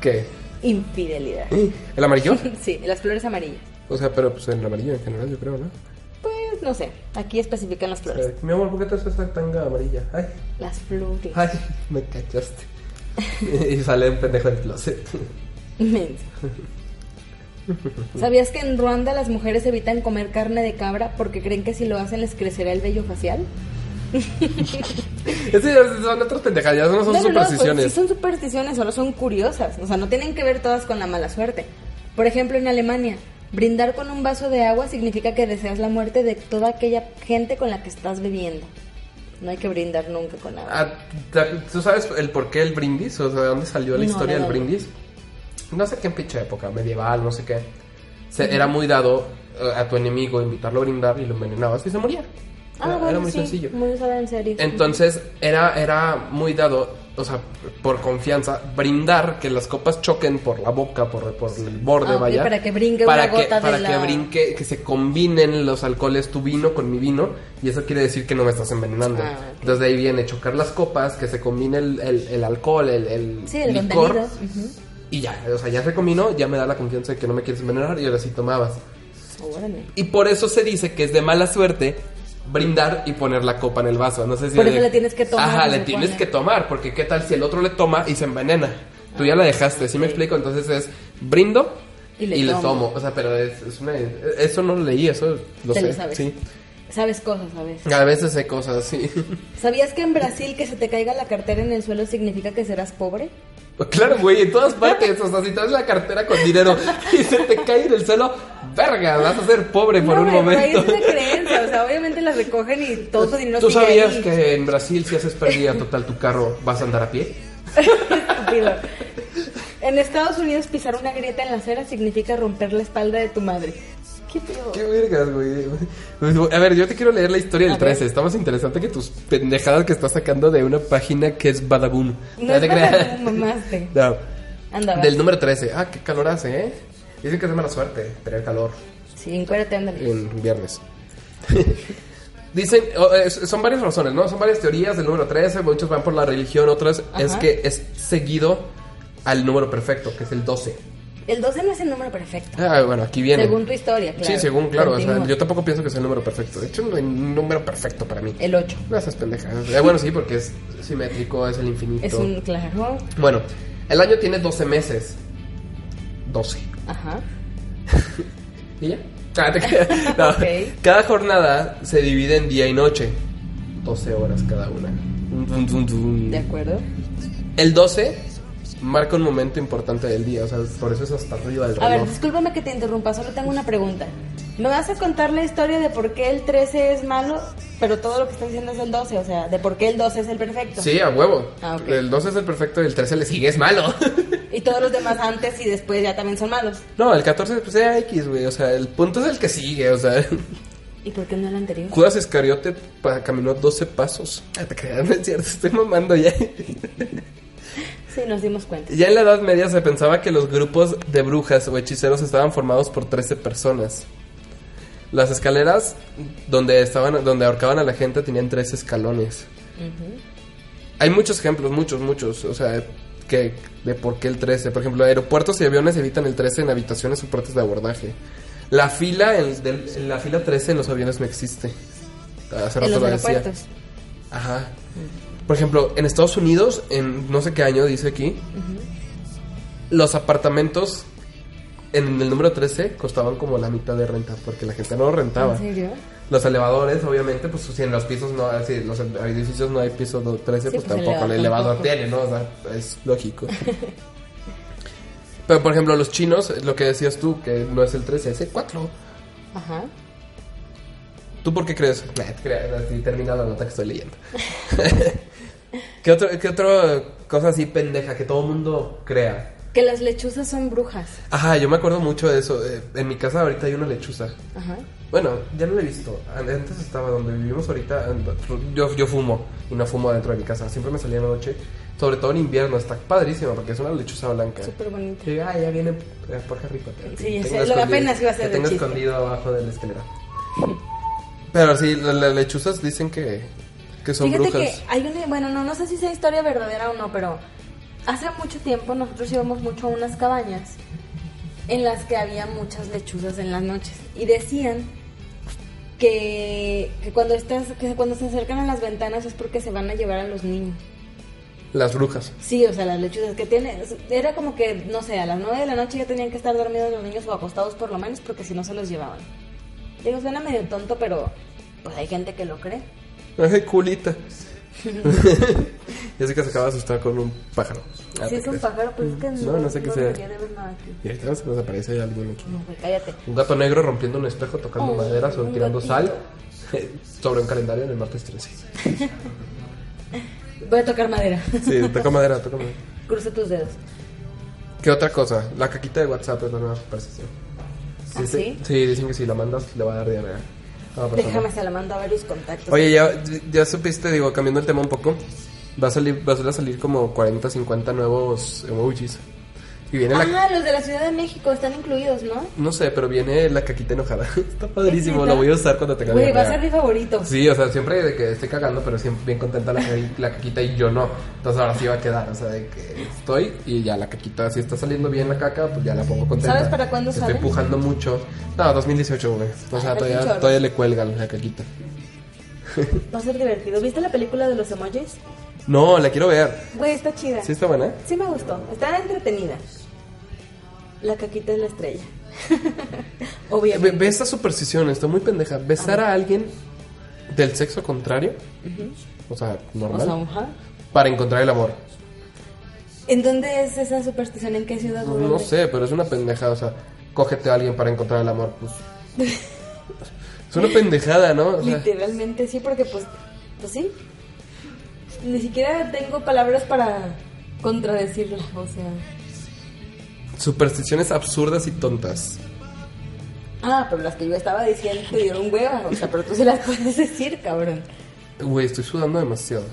Speaker 1: ¿Qué?
Speaker 2: Infidelidad.
Speaker 1: ¿El amarillo?
Speaker 2: Sí, las flores amarillas.
Speaker 1: O sea, pero pues el amarillo en general, yo creo, ¿no?
Speaker 2: Pues no sé, aquí especifican las flores.
Speaker 1: Eh, mi amor, ¿por qué te haces esa tanga amarilla? Ay,
Speaker 2: Las flores.
Speaker 1: ay, me cachaste. y sale un pendejo del closet.
Speaker 2: Mensa. ¿Sabías que en Ruanda las mujeres evitan comer carne de cabra porque creen que si lo hacen les crecerá el vello facial?
Speaker 1: Es que ya son otras pendejadas, ya no son
Speaker 2: No, no, no, pues,
Speaker 1: supersticiones.
Speaker 2: sí son supersticiones, solo son curiosas. O sea, no tienen que ver todas con la mala suerte. Por ejemplo, en Alemania, brindar con un vaso de agua significa que deseas la muerte de toda aquella gente con la que estás bebiendo. No hay que brindar nunca con agua.
Speaker 1: Ah, ta- ¿Tú sabes el por qué el brindis? O sea, ¿de dónde salió la
Speaker 2: No,
Speaker 1: historia del
Speaker 2: ¿de dónde?
Speaker 1: brindis? No sé qué pinche época, medieval, no sé qué. Se- Era muy dado eh, a tu enemigo invitarlo a brindar y lo envenenabas y se moría.
Speaker 2: Ah,
Speaker 1: era, era
Speaker 2: bueno,
Speaker 1: muy
Speaker 2: sí,
Speaker 1: sencillo.
Speaker 2: Muy usada en serio.
Speaker 1: Entonces era, era muy dado, o sea, por confianza, brindar que las copas choquen por la boca, por, por el borde,
Speaker 2: Ah, ok,
Speaker 1: vaya.
Speaker 2: para que brinque
Speaker 1: para
Speaker 2: una
Speaker 1: que-
Speaker 2: gota de
Speaker 1: Para
Speaker 2: la-
Speaker 1: que brinque, que se combinen los alcoholes, tu vino con mi vino, y eso quiere decir que no me estás envenenando.
Speaker 2: Ah, ok.
Speaker 1: Entonces de ahí viene chocar las copas, que se combine el, el- el alcohol, el, el
Speaker 2: sí, el
Speaker 1: licor,
Speaker 2: contenido. ujú.
Speaker 1: y ya, o sea, ya se combinó, ya me da la confianza de que no me quieres envenenar, y ahora sí tomabas.
Speaker 2: Oh, Órale.
Speaker 1: Y por eso se dice que es de mala suerte brindar y poner la copa en el vaso. No sé si
Speaker 2: Por eso le tienes que tomar,
Speaker 1: Ajá,
Speaker 2: se
Speaker 1: le
Speaker 2: supone.
Speaker 1: tienes que tomar, porque qué tal si el otro le toma y se envenena. Tú ya la dejaste, ¿sí me
Speaker 2: ok.
Speaker 1: explico? Entonces es brindo
Speaker 2: Y
Speaker 1: y
Speaker 2: le
Speaker 1: le,
Speaker 2: tomo.
Speaker 1: tomo. O sea, pero es, es una- eso no lo leí, eso lo
Speaker 2: Te
Speaker 1: sé.
Speaker 2: lo sabes.
Speaker 1: Sí.
Speaker 2: Sabes cosas, ¿sabes?
Speaker 1: A veces sé cosas así.
Speaker 2: ¿Sabías que en Brasil que se te caiga la cartera en el suelo significa que serás pobre?
Speaker 1: Pues claro, güey, en todas partes. O sea, si traes la cartera con dinero y se te cae en el suelo, verga, vas a ser pobre por
Speaker 2: no,
Speaker 1: un
Speaker 2: güey, pero ahí
Speaker 1: momento.
Speaker 2: es una creencia, o sea, obviamente la recogen y todo tu dinero
Speaker 1: ¿Tú
Speaker 2: sigue
Speaker 1: sabías
Speaker 2: ahí.
Speaker 1: que en Brasil si haces pérdida total tu carro vas a andar a pie?
Speaker 2: Estúpido. En Estados Unidos pisar una grieta en la acera significa romper la espalda de tu madre. Qué pedo.
Speaker 1: Qué vergas, güey. A ver, yo te quiero leer la historia
Speaker 2: A
Speaker 1: del
Speaker 2: ver.
Speaker 1: 13. Está más interesante que tus pendejadas que estás sacando de una página que es Badaboom.
Speaker 2: No
Speaker 1: te
Speaker 2: es
Speaker 1: creas.
Speaker 2: Badaboom, mamaste.
Speaker 1: No.
Speaker 2: Anda, va.
Speaker 1: Del número 13. Ah, qué calor hace, ¿eh? Dicen que es de mala suerte tener calor
Speaker 2: Sí, encuérdate, ándale.
Speaker 1: en viernes. Dicen, oh, eh, son varias razones, ¿no? Son varias teorías del número 13. Muchos van por la religión, otras es
Speaker 2: Ajá.
Speaker 1: que es seguido al número perfecto, que es el 12.
Speaker 2: El 12 no es el número perfecto.
Speaker 1: Ah, bueno, aquí viene.
Speaker 2: Según tu historia, claro.
Speaker 1: Sí, según, claro. o sea,
Speaker 2: Continúa.
Speaker 1: yo tampoco pienso que sea el número perfecto. De hecho, no hay un número perfecto para mí.
Speaker 2: El 8.
Speaker 1: No esas pendejadas. Eh, bueno, sí, porque es simétrico, es el infinito.
Speaker 2: Es un claro.
Speaker 1: Bueno, el año tiene 12 meses. 12.
Speaker 2: Ajá.
Speaker 1: ¿Y ya? Ah, te creas. No.
Speaker 2: Ok.
Speaker 1: Cada jornada se divide en día y noche. 12 horas cada una. Dun, dun, dun.
Speaker 2: ¿De acuerdo?
Speaker 1: El 12 marca un momento importante del día. O sea, por eso es hasta arriba del
Speaker 2: A ver,
Speaker 1: reloj.
Speaker 2: discúlpame que te interrumpa, solo tengo una pregunta. ¿Me vas a contar la historia de por qué el 13 es malo, pero todo lo que estás diciendo es el 12? O sea, de por qué el 12 es el perfecto.
Speaker 1: Sí, a huevo.
Speaker 2: Ah, ok.
Speaker 1: El 12 es el perfecto y el 13 le sigue, es malo.
Speaker 2: Y todos los demás antes y después ya también son malos.
Speaker 1: No, el 14 pues era X, güey. O sea, el punto es el que sigue. O sea,
Speaker 2: ¿Y por qué no el anterior?
Speaker 1: Judas Iscariote pa- caminó 12 pasos. Ah, te creas, no es cierto, estoy mamando ya.
Speaker 2: Sí, nos dimos cuenta.
Speaker 1: Ya en la Edad Media se pensaba que los grupos de brujas o hechiceros estaban formados por 13 personas. Las escaleras donde estaban, donde ahorcaban a la gente tenían 13 escalones. Hay muchos ejemplos, muchos, muchos. O sea, que de por qué el 13. Por ejemplo, aeropuertos y aviones evitan el 13 en habitaciones o puertas de abordaje. La fila, el del- la fila 13 en los aviones no existe. Hace
Speaker 2: en
Speaker 1: rato
Speaker 2: los
Speaker 1: lo decía.
Speaker 2: aeropuertos.
Speaker 1: Ajá. Por ejemplo, en Estados Unidos, en no sé qué año dice aquí, los apartamentos en el número 13 costaban como la mitad de renta, porque la gente no lo rentaba.
Speaker 2: ¿En serio?
Speaker 1: Los elevadores, obviamente, pues si en los pisos no, si en los edificios no hay piso do- 13,
Speaker 2: Sí,
Speaker 1: pues,
Speaker 2: pues, el
Speaker 1: tampoco el
Speaker 2: elevador
Speaker 1: elevador tiene, ¿no? O sea, es lógico. Pero por ejemplo, los chinos, lo que decías tú, que no es el 13, es el 4.
Speaker 2: Ajá.
Speaker 1: ¿Tú por qué crees? Nah, te creas, así termina la nota que estoy leyendo. ¿Qué, otro, ¿Qué otra cosa así pendeja que todo el mundo crea?
Speaker 2: Que las lechuzas son brujas.
Speaker 1: Ajá, yo me acuerdo mucho de eso. Eh, en mi casa ahorita hay una lechuza.
Speaker 2: Ajá.
Speaker 1: Bueno, ya no la he visto. An- Antes estaba donde vivimos ahorita. and- Yo, yo fumo y no fumo dentro de mi casa. Siempre me salía en la noche. Sobre todo en invierno. Está padrísima porque es una lechuza blanca.
Speaker 2: Súper bonita.
Speaker 1: Que, ah, ya viene eh, por Harry Potter.
Speaker 2: Sí,
Speaker 1: Que
Speaker 2: ya sé,
Speaker 1: tengo
Speaker 2: lo-
Speaker 1: escondido-
Speaker 2: apenas iba a ser
Speaker 1: Que
Speaker 2: el
Speaker 1: tengo
Speaker 2: chiste.
Speaker 1: escondido abajo de la escalera. Pero sí, la- las lechuzas dicen que, que son
Speaker 2: Fíjate
Speaker 1: brujas.
Speaker 2: que hay una, bueno, no, no sé si sea historia verdadera o no, pero hace mucho tiempo nosotros íbamos mucho a unas cabañas en las que había muchas lechuzas en las noches y decían que, que cuando estas, que cuando se acercan a las ventanas es porque se van a llevar a los niños.
Speaker 1: Las brujas.
Speaker 2: Sí, o sea, las lechuzas que tiene, era como que, no sé, a las 9 de la noche ya tenían que estar dormidos los niños o acostados por lo menos porque si no se los llevaban. Digo, suena medio tonto, pero pues hay gente que lo cree.
Speaker 1: Ay, culita. ya sé que se acaba de asustar con un pájaro. Ah, te
Speaker 2: Si es un
Speaker 1: creas.
Speaker 2: pájaro, pues es que
Speaker 1: No, no sé qué sea.
Speaker 2: debería de ver nada aquí.
Speaker 1: Y ahorita se nos aparece alguien aquí.
Speaker 2: No, güey, cállate.
Speaker 1: Un gato negro rompiendo un espejo, tocando
Speaker 2: Oh,
Speaker 1: maderas o
Speaker 2: un
Speaker 1: tirando
Speaker 2: gatito.
Speaker 1: sal sobre un calendario en el martes 13.
Speaker 2: Voy a tocar madera.
Speaker 1: Sí, toca madera, toca madera.
Speaker 2: Cruza tus dedos.
Speaker 1: ¿Qué otra cosa? La caquita de WhatsApp es la nueva superstición.
Speaker 2: ¿Ah, sí?
Speaker 1: Sí, dicen que si la mandas le va a dar diarrea. a la persona.
Speaker 2: Déjame, se la mando a varios contactos.
Speaker 1: Oye, ya, ya supiste, digo, cambiando el tema un poco, va a salir, va a salir como 40, 50 nuevos emojis. Y viene la...
Speaker 2: Ah, los de la Ciudad de México están incluidos, ¿no?
Speaker 1: No sé, pero viene la caquita enojada. Está padrísimo,
Speaker 2: ¿Neta?
Speaker 1: lo voy a usar cuando tenga
Speaker 2: Güey, va a
Speaker 1: diarrea.
Speaker 2: ser mi favorito.
Speaker 1: Sí, o sea, siempre de que estoy cagando, pero siempre bien contenta la, ca- la caquita y yo no. Entonces ahora sí va a quedar, o sea, de que estoy y ya la caquita, si está saliendo bien la caca, pues ya la pongo contenta.
Speaker 2: ¿Sabes para cuándo
Speaker 1: Estoy
Speaker 2: sale?
Speaker 1: empujando mucho. No, 2018, güey. O sea,
Speaker 2: Ay,
Speaker 1: todavía,
Speaker 2: pinche
Speaker 1: todavía le cuelga la caquita.
Speaker 2: Va a ser divertido. ¿Viste la película de los emojis?
Speaker 1: No, la quiero ver.
Speaker 2: Güey, está chida.
Speaker 1: ¿Sí está buena? ¿eh?
Speaker 2: Sí me gustó, está entretenida. La caquita es la estrella.
Speaker 1: Ve,
Speaker 2: Obviamente.
Speaker 1: ve esta superstición, está muy pendeja. Besar a alguien del sexo contrario, o sea,
Speaker 2: O
Speaker 1: normal,
Speaker 2: sea, ajá.
Speaker 1: para encontrar el amor.
Speaker 2: ¿En dónde es esa superstición? ¿En qué ciudad? o
Speaker 1: No
Speaker 2: dónde?
Speaker 1: sé, pero es una pendejada, o sea, cógete a alguien para encontrar el amor, pues. Es una pendejada, ¿no? O sea,
Speaker 2: Literalmente sí, porque pues, pues sí. Ni siquiera tengo palabras para contradecirla, o sea.
Speaker 1: supersticiones absurdas y tontas.
Speaker 2: Ah, pero las que yo estaba diciendo te dieron hueva, o sea, pero tú se las puedes decir, cabrón.
Speaker 1: Güey, estoy sudando demasiado.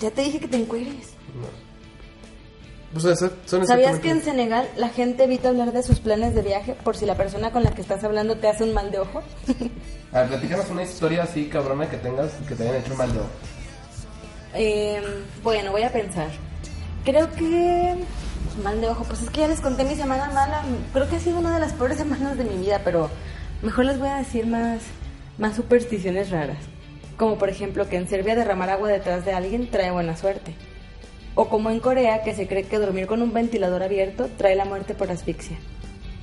Speaker 2: Ya te dije que te encueres.
Speaker 1: Pues esas son
Speaker 2: ¿Sabías
Speaker 1: exactamente-
Speaker 2: que en Senegal la gente evita hablar de sus planes de viaje por si la persona con la que estás hablando te hace un mal de ojo?
Speaker 1: A ver, platícanos una historia así cabrona que tengas que te hayan hecho mal de ojo.
Speaker 2: Eh, bueno, voy a pensar. Creo que. Mal de ojo, pues es que ya les conté mi semana mala. Creo que ha sido una de las peores semanas de mi vida, pero mejor les voy a decir más, más supersticiones raras. Como por ejemplo que en Serbia derramar agua detrás de alguien trae buena suerte. O como en Corea que se cree que dormir con un ventilador abierto trae la muerte por asfixia.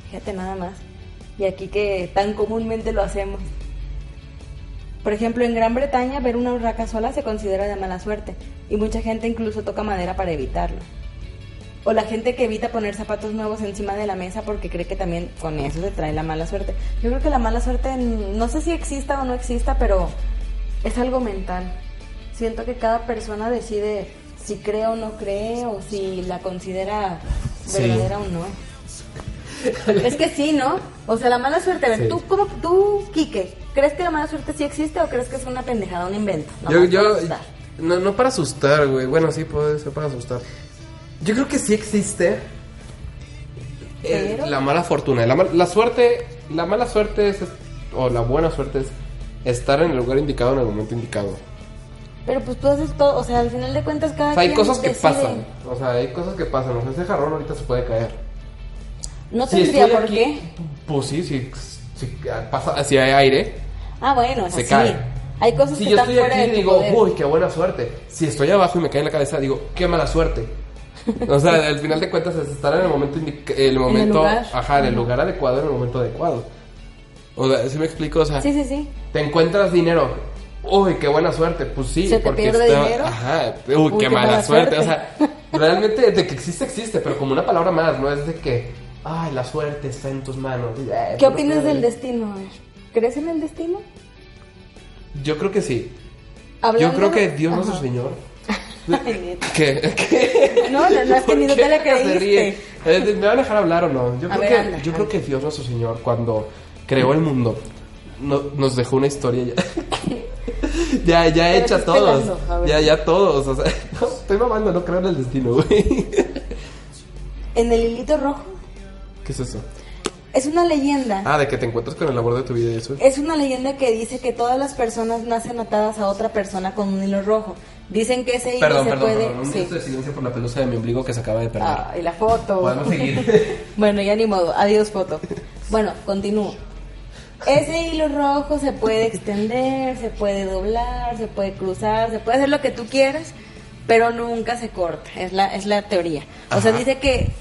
Speaker 2: Fíjate nada más. Y aquí que tan comúnmente lo hacemos. Por ejemplo, en Gran Bretaña ver una urraca sola se considera de mala suerte y mucha gente incluso toca madera para evitarlo. O la gente que evita poner zapatos nuevos encima de la mesa porque cree que también con eso se trae la mala suerte. Yo creo que la mala suerte mm, no sé si exista o no exista, pero es algo mental. Siento que cada persona decide si cree o no cree o si la considera
Speaker 1: Sí.
Speaker 2: verdadera o no. Es que sí, ¿no? O sea, la mala suerte. A ver,
Speaker 1: Sí.
Speaker 2: ¿tú, cómo, tú, Quique, ¿crees que la mala suerte sí existe o crees que es una pendejada, un invento?
Speaker 1: Yo,
Speaker 2: Nomás para
Speaker 1: yo,
Speaker 2: asustar.
Speaker 1: no, no para asustar, güey. Bueno, sí puede ser para asustar. Yo creo que sí existe eh,
Speaker 2: Pero-
Speaker 1: la mala fortuna. La, mal- la suerte, la mala suerte es, es- o la buena suerte es estar en el lugar indicado en el momento indicado.
Speaker 2: Pero pues tú haces todo, o sea, al final de cuentas cada
Speaker 1: O sea, hay
Speaker 2: quien
Speaker 1: cosas que
Speaker 2: decide.
Speaker 1: pasan. O sea, hay cosas que pasan. O sea, ese jarrón ahorita se puede caer.
Speaker 2: No
Speaker 1: Si
Speaker 2: tendría
Speaker 1: estoy
Speaker 2: por
Speaker 1: aquí-
Speaker 2: qué.
Speaker 1: Pues sí, si, si pasa, si hay aire.
Speaker 2: Ah, bueno, o sea,
Speaker 1: Se
Speaker 2: sí.
Speaker 1: cae.
Speaker 2: Hay cosas
Speaker 1: Si
Speaker 2: que
Speaker 1: yo
Speaker 2: están
Speaker 1: estoy
Speaker 2: fuera
Speaker 1: aquí
Speaker 2: de
Speaker 1: y
Speaker 2: tu
Speaker 1: digo,
Speaker 2: poder.
Speaker 1: uy, qué buena suerte. Si estoy abajo y me cae en la cabeza, digo, qué mala suerte. O sea, al final de cuentas es estar en el momento, indic- el momento,
Speaker 2: lugar.
Speaker 1: ajá, en el lugar adecuado, en el momento adecuado. O sea, ¿sí me explico? O sea,
Speaker 2: Sí, sí, sí.
Speaker 1: te encuentras dinero. Uy, qué buena suerte. Pues sí,
Speaker 2: ¿Se te pierde dinero?
Speaker 1: Ajá. Uy, qué, mala, suerte. O sea, realmente de que existe, existe, pero como una palabra más, no es de que, ay, la suerte está en tus manos. Ay,
Speaker 2: ¿Qué
Speaker 1: pura
Speaker 2: opinas
Speaker 1: madre.
Speaker 2: del destino? A ver, ¿crees en el destino?
Speaker 1: Yo creo que sí.
Speaker 2: Hablando
Speaker 1: Yo creo que
Speaker 2: de-
Speaker 1: Dios
Speaker 2: Ajá.
Speaker 1: nuestro Señor ¿Qué? ¿Qué?
Speaker 2: No, no, no, es que
Speaker 1: ¿Por
Speaker 2: ni tú
Speaker 1: qué
Speaker 2: te la
Speaker 1: se ríe?
Speaker 2: creíste.
Speaker 1: Eh, ¿Me van a dejar hablar o no? Yo,
Speaker 2: A
Speaker 1: creo,
Speaker 2: ver,
Speaker 1: que,
Speaker 2: anda,
Speaker 1: yo creo
Speaker 2: anda.
Speaker 1: que Dios nuestro Señor, cuando creó el mundo, no- nos dejó una historia ya, ya, ya
Speaker 5: Pero
Speaker 1: hecha a
Speaker 5: estás
Speaker 1: todos.
Speaker 5: pelando, a ver.
Speaker 1: Ya, ya todos. O sea, no, estoy mamando, no creo en el destino, güey.
Speaker 2: En el hilito rojo.
Speaker 1: ¿Qué es eso?
Speaker 2: Es una leyenda.
Speaker 1: Ah, de que te encuentras con el amor de tu vida y eso.
Speaker 2: Es una leyenda que dice que todas las personas nacen atadas a otra persona con un hilo rojo. Dicen que ese hilo
Speaker 1: Perdón,
Speaker 2: se
Speaker 1: perdón,
Speaker 2: puede.
Speaker 1: perdón. Un
Speaker 2: sí.
Speaker 1: minuto de silencio por la pelusa de mi ombligo que se acaba de perder.
Speaker 5: Ah, y la foto.
Speaker 1: Podemos seguir.
Speaker 2: Bueno, ya ni modo. Adiós, foto. Bueno, continúo. Ese hilo rojo se puede extender, se puede doblar, se puede cruzar, se puede hacer lo que tú quieras, pero nunca se corta. Es la, es la teoría. O sea,
Speaker 1: Ajá.
Speaker 2: dice que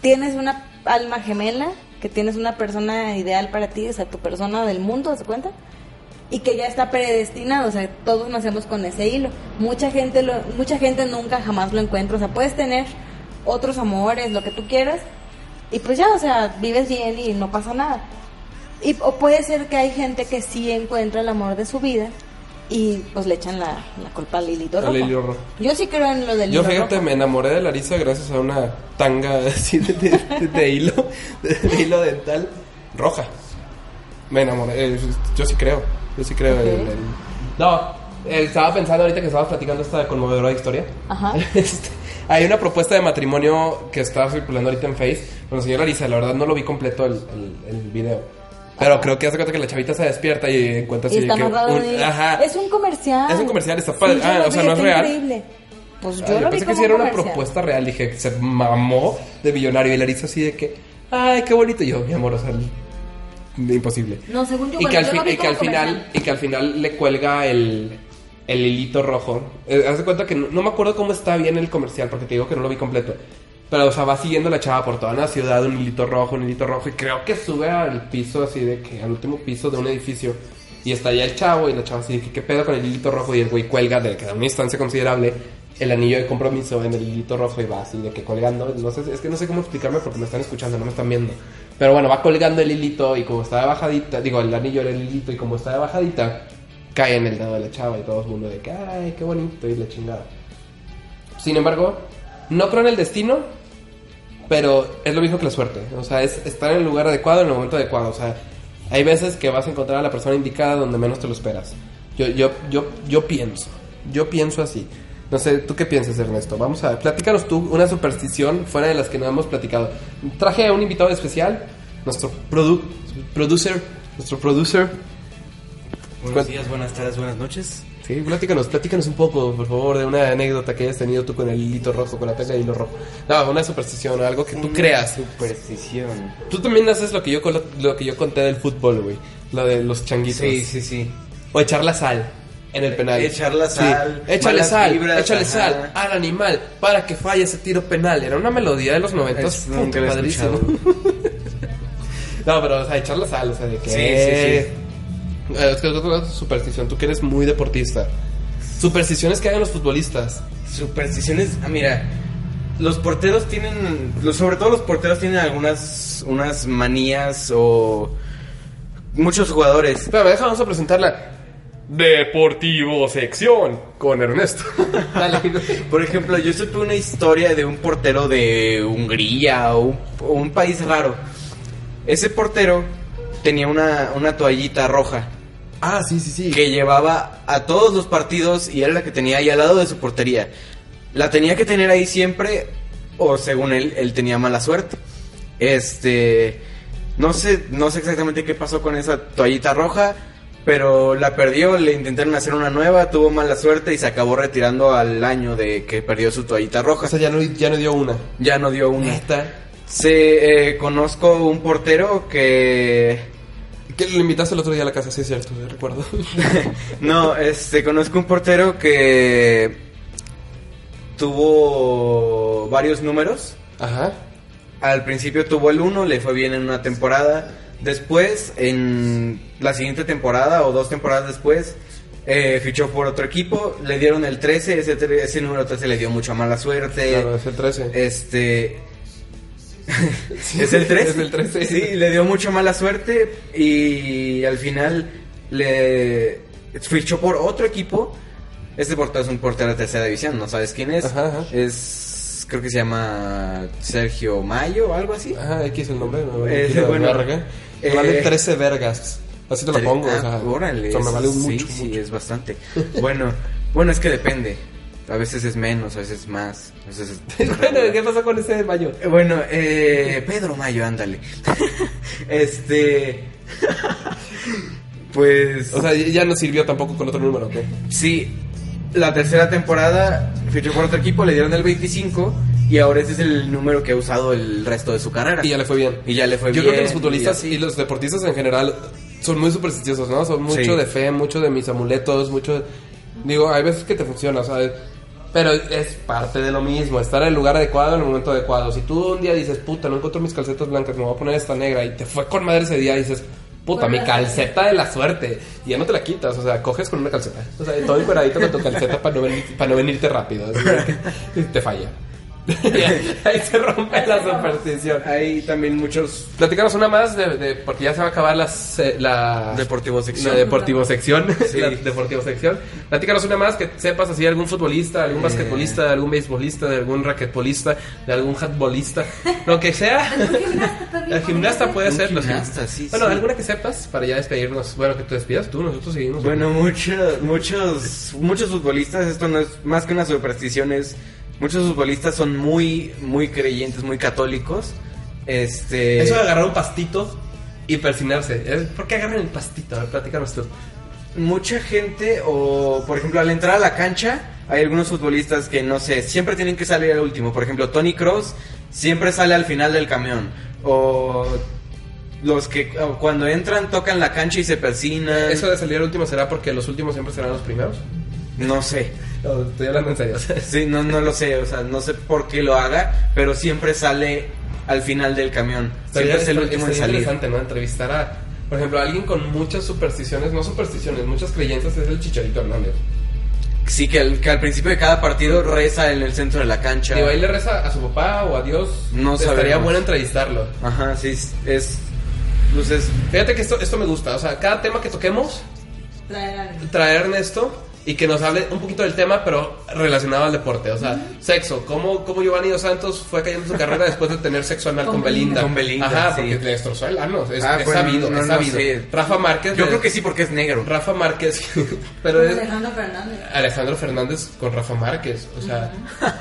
Speaker 2: tienes una alma gemela, que tienes una persona ideal para ti, o sea, tu persona del mundo, ¿se cuenta? Y que ya está predestinado, o sea, todos nacemos con ese hilo. Mucha gente, lo, mucha gente nunca jamás lo encuentra, o sea, puedes tener otros amores, lo que tú quieras, y pues ya, o sea, vives bien y no pasa nada. Y, o puede ser que hay gente que sí encuentra el amor de su vida y pues le echan la, la culpa al hilito
Speaker 1: Al
Speaker 2: rojo.
Speaker 1: hilo rojo.
Speaker 2: Yo sí creo en lo del
Speaker 1: Yo
Speaker 2: hilo
Speaker 1: fíjate,
Speaker 2: rojo.
Speaker 1: me enamoré de Larisa gracias a una tanga así de, de- de- de hilo, de, de hilo dental roja. Me enamoré, eh, yo sí creo, yo sí creo. en- en- No, eh, estaba pensando ahorita que estaba platicando esta conmovedora historia.
Speaker 2: Ajá.
Speaker 1: Este, hay una propuesta de matrimonio que está circulando ahorita en Face. Bueno, señora Larisa, la verdad no lo vi completo el, el- el video. Pero creo que hace cuenta que la chavita se despierta y encuentra así
Speaker 2: Y está
Speaker 1: de pues, que
Speaker 2: amarrado de
Speaker 1: un-
Speaker 2: hilo.
Speaker 1: ajá.
Speaker 2: Es un comercial.
Speaker 1: Es un comercial, está padre.
Speaker 2: yo
Speaker 1: Ah,
Speaker 2: lo
Speaker 1: o sea,
Speaker 2: vi,
Speaker 1: no es
Speaker 2: está
Speaker 1: real.
Speaker 2: Increíble. Pues
Speaker 1: Ah,
Speaker 2: yo, lo vi
Speaker 1: pensé que
Speaker 2: como
Speaker 1: sí era
Speaker 2: un
Speaker 1: una
Speaker 2: comercial.
Speaker 1: propuesta real, dije, se mamó de millonario y la hizo así de que, ay, qué bonito. Y yo, mi amor, o sea, imposible.
Speaker 2: No, según yo,
Speaker 1: y,
Speaker 2: bueno,
Speaker 1: que al
Speaker 2: yo
Speaker 1: fin-
Speaker 2: lo vi
Speaker 1: y que al
Speaker 2: como
Speaker 1: final,
Speaker 2: comercial.
Speaker 1: y que al final le cuelga el, el hilito rojo. Eh, haz de cuenta que no, no me acuerdo cómo está bien el comercial, porque te digo que no lo vi completo. Pero, o sea, va siguiendo la chava por toda la ciudad, un hilito rojo, un hilito rojo, y creo que sube al piso así de que, al último piso de un edificio. Y está allá el chavo, y la chava así de que, ¿qué pedo con el hilito rojo? Y el güey cuelga de que a una instancia considerable el anillo de compromiso en el hilito rojo y va así de que colgando. No sé, es que no sé cómo explicarme porque me están escuchando, no me están viendo. Pero bueno, va colgando el hilito, y como está de bajadita, digo, el anillo era el hilito, y como está de bajadita, cae en el dedo de la chava, y todo el mundo de que, ¡ay, qué bonito! Y la chingada. Sin embargo, no creo en el destino, pero es lo mismo que la suerte. O sea, es estar en el lugar adecuado en el momento adecuado. O sea, hay veces que vas a encontrar a la persona indicada donde menos te lo esperas. Yo, yo, yo, yo pienso. Yo pienso así. No sé, ¿tú qué piensas, Ernesto? Vamos a... Platícanos tú una superstición fuera de las que no hemos platicado. Traje a un invitado especial, nuestro produ producer, nuestro producer.
Speaker 6: Buenos días, buenas tardes, buenas noches.
Speaker 1: Sí, platícanos, platícanos un poco, por favor, de una anécdota que hayas tenido tú con el hilito rojo, con la tanga de hilo rojo. No, una superstición, algo que tú creas.
Speaker 6: Superstición.
Speaker 1: Tú también haces lo que yo colo- lo que yo conté del fútbol, güey. Lo de los changuitos.
Speaker 6: Sí, sí, sí.
Speaker 1: O echar la sal en el penal.
Speaker 6: Echar la sal,
Speaker 1: Sí. Échale
Speaker 6: malas
Speaker 1: sal,
Speaker 6: vibras,
Speaker 1: échale
Speaker 6: ajá.
Speaker 1: sal al animal para que falle ese tiro penal. Era una melodía de los noventas.
Speaker 6: Es- nunca lo he
Speaker 1: padrísimo. no, pero o sea, echar la sal, o sea, de que.
Speaker 6: Sí, sí, sí.
Speaker 1: Eh, Es que es otra superstición, tú que eres muy deportista. Supersticiones que hagan los futbolistas.
Speaker 6: Supersticiones, ah, mira, los porteros tienen, los- sobre todo los porteros tienen algunas unas manías o muchos jugadores.
Speaker 1: Espera, deja, vamos a presentarla. Deportivo sección con Ernesto.
Speaker 6: Por ejemplo, yo supe una historia de un portero de Hungría o un, o un país raro. Ese portero tenía una, una toallita roja
Speaker 1: ah, sí, sí, sí.
Speaker 6: que llevaba a todos los partidos y era la que tenía ahí al lado de su portería. La tenía que tener ahí siempre o según él, él tenía mala suerte. Este, no sé, no sé exactamente qué pasó con esa toallita roja, pero la perdió, le intentaron hacer una nueva, tuvo mala suerte y se acabó retirando al año de que perdió su toallita roja.
Speaker 1: O sea, ya no, ya no dio una.
Speaker 6: ya no dio una.
Speaker 1: Neta.
Speaker 6: Se eh, conozco un portero que
Speaker 1: Que lo invitaste el otro día a la casa, sí es cierto, sí, recuerdo.
Speaker 6: No, este, conozco un portero que tuvo varios números.
Speaker 1: Ajá.
Speaker 6: Al principio tuvo el 1, le fue bien en una temporada. Después, en la siguiente temporada o dos temporadas después, eh, fichó por otro equipo. Le dieron el 13, ese, tre- ese número 13 le dio mucha mala suerte.
Speaker 1: claro, es el 13.
Speaker 6: Este. es el 13.
Speaker 1: es el 13.
Speaker 6: Sí, le dio mucha mala suerte y al final le fichó por otro equipo Este portero es un portero de tercera división, no sabes quién es.
Speaker 7: Ajá, ajá.
Speaker 6: Es, creo que se llama Sergio Mayo o algo así.
Speaker 7: Ajá, X es el nombre. No,
Speaker 6: Eh,
Speaker 7: X la
Speaker 6: bueno,
Speaker 7: verga. Me
Speaker 6: eh,
Speaker 7: vale 13 vergas. Así te lo pongo.
Speaker 6: Ah,
Speaker 7: o sea,
Speaker 6: órale,
Speaker 7: o sea, me vale
Speaker 6: sí,
Speaker 7: mucho.
Speaker 6: sí,
Speaker 7: mucho.
Speaker 6: es bastante. Bueno, bueno, es que depende. A veces es menos, a veces más. A veces es-
Speaker 1: bueno, ¿qué pasó con ese mayo?
Speaker 6: Eh, Bueno, eh, Pedro Mayo, ándale. este. pues.
Speaker 1: O sea, ya no sirvió tampoco con otro número, ¿ok?
Speaker 6: Sí, la tercera temporada fichó por otro equipo, le dieron el 25 y ahora ese es el número que ha usado el resto de su carrera.
Speaker 1: Y ya le fue bien.
Speaker 6: Y ya le fue
Speaker 1: Yo creo
Speaker 6: bien,
Speaker 1: que los futbolistas
Speaker 6: y
Speaker 1: y,
Speaker 6: así.
Speaker 1: los deportistas en general son muy supersticiosos, ¿no? Son mucho
Speaker 6: Sí.
Speaker 1: de fe, mucho de mis amuletos, mucho... Digo, hay veces que te funciona, ¿sabes? Pero es parte de lo mismo, estar en el lugar adecuado en el momento adecuado. Si tú un día dices, puta, no encuentro mis calcetas blancas, me voy a poner esta negra, y te fue con madre ese día, dices, puta, mi calceta de la suerte, y ya no te la quitas, o sea, coges con una calceta. O sea, todo encueradito con tu calceta para no, venir- para no venirte rápido, así que te falla. Ahí se rompe la superstición.
Speaker 6: Hay también muchos
Speaker 1: Platicamos una más de, de- porque ya se va a acabar las, eh, la
Speaker 6: deportivos
Speaker 1: la deportivo sección,
Speaker 6: Sí.
Speaker 1: la deportivo sección. Platícanos una más que sepas así algún futbolista, algún basquetbolista, algún beisbolista, de algún raquetbolista, de algún handbolista, lo que sea. El gimnasta puede
Speaker 6: Un
Speaker 1: ser, los
Speaker 6: gimnasta,
Speaker 1: gim-
Speaker 6: sí,
Speaker 1: Bueno,
Speaker 6: sí.
Speaker 1: alguna que sepas para ya despedirnos. Bueno, que te despidas tú, nosotros seguimos.
Speaker 6: Bueno, muchos, muchos, muchos futbolistas, esto no es más que una superstición, es muchos futbolistas son muy, muy creyentes, muy católicos. Este,
Speaker 1: Eso de agarrar un pastito y persinarse. Es- ¿Por qué agarran el pastito? A ver, platícanos tú.
Speaker 6: mucha gente, o por ejemplo, al entrar a la cancha, hay algunos futbolistas que no sé, siempre tienen que salir al último. Por ejemplo, Tony Cross siempre sale al final del camión. O los que o cuando entran tocan la cancha y se persinan.
Speaker 1: Eso de salir al último será porque los últimos siempre serán los primeros.
Speaker 6: no sé.
Speaker 1: No, estoy hablando en serio.
Speaker 6: Sí, no, no lo sé, o sea, no sé por qué lo haga, pero siempre sale al final del camión. Siempre
Speaker 1: Sería
Speaker 6: es el último en salir.
Speaker 1: pues, interesante, ¿no? Entrevistar a, por ejemplo, a alguien con muchas supersticiones, no supersticiones, muchas creencias, es el Chicharito Hernández.
Speaker 6: Sí, que al, que al principio de cada partido reza en el centro de la cancha.
Speaker 1: Digo, ahí le reza a su papá o a Dios.
Speaker 6: No
Speaker 1: Estaría
Speaker 6: sabemos.
Speaker 1: bueno entrevistarlo.
Speaker 6: Ajá, sí, es- es... pues es-
Speaker 1: Fíjate que esto, esto me gusta, o sea, cada tema que toquemos, pues.
Speaker 2: Traer algo.
Speaker 1: traer esto y que nos hable un poquito del tema, pero relacionado al deporte, o sea, sexo, cómo, cómo Giovanni Dos Santos fue cayendo en su carrera después de tener sexo anal con, Belinda.
Speaker 6: Con Belinda,
Speaker 1: Ajá,
Speaker 6: sí.
Speaker 1: porque le destrozó el ano, es,
Speaker 6: Ah,
Speaker 1: es
Speaker 6: bueno,
Speaker 1: sabido,
Speaker 6: no,
Speaker 1: es
Speaker 6: no
Speaker 1: sabido.
Speaker 6: sé.
Speaker 1: Rafa Márquez.
Speaker 6: Yo
Speaker 1: le-
Speaker 6: creo que sí porque es negro.
Speaker 1: Rafa Márquez, pero es,
Speaker 5: Alejandro Fernández.
Speaker 1: Alejandro Fernández con Rafa Márquez. O sea,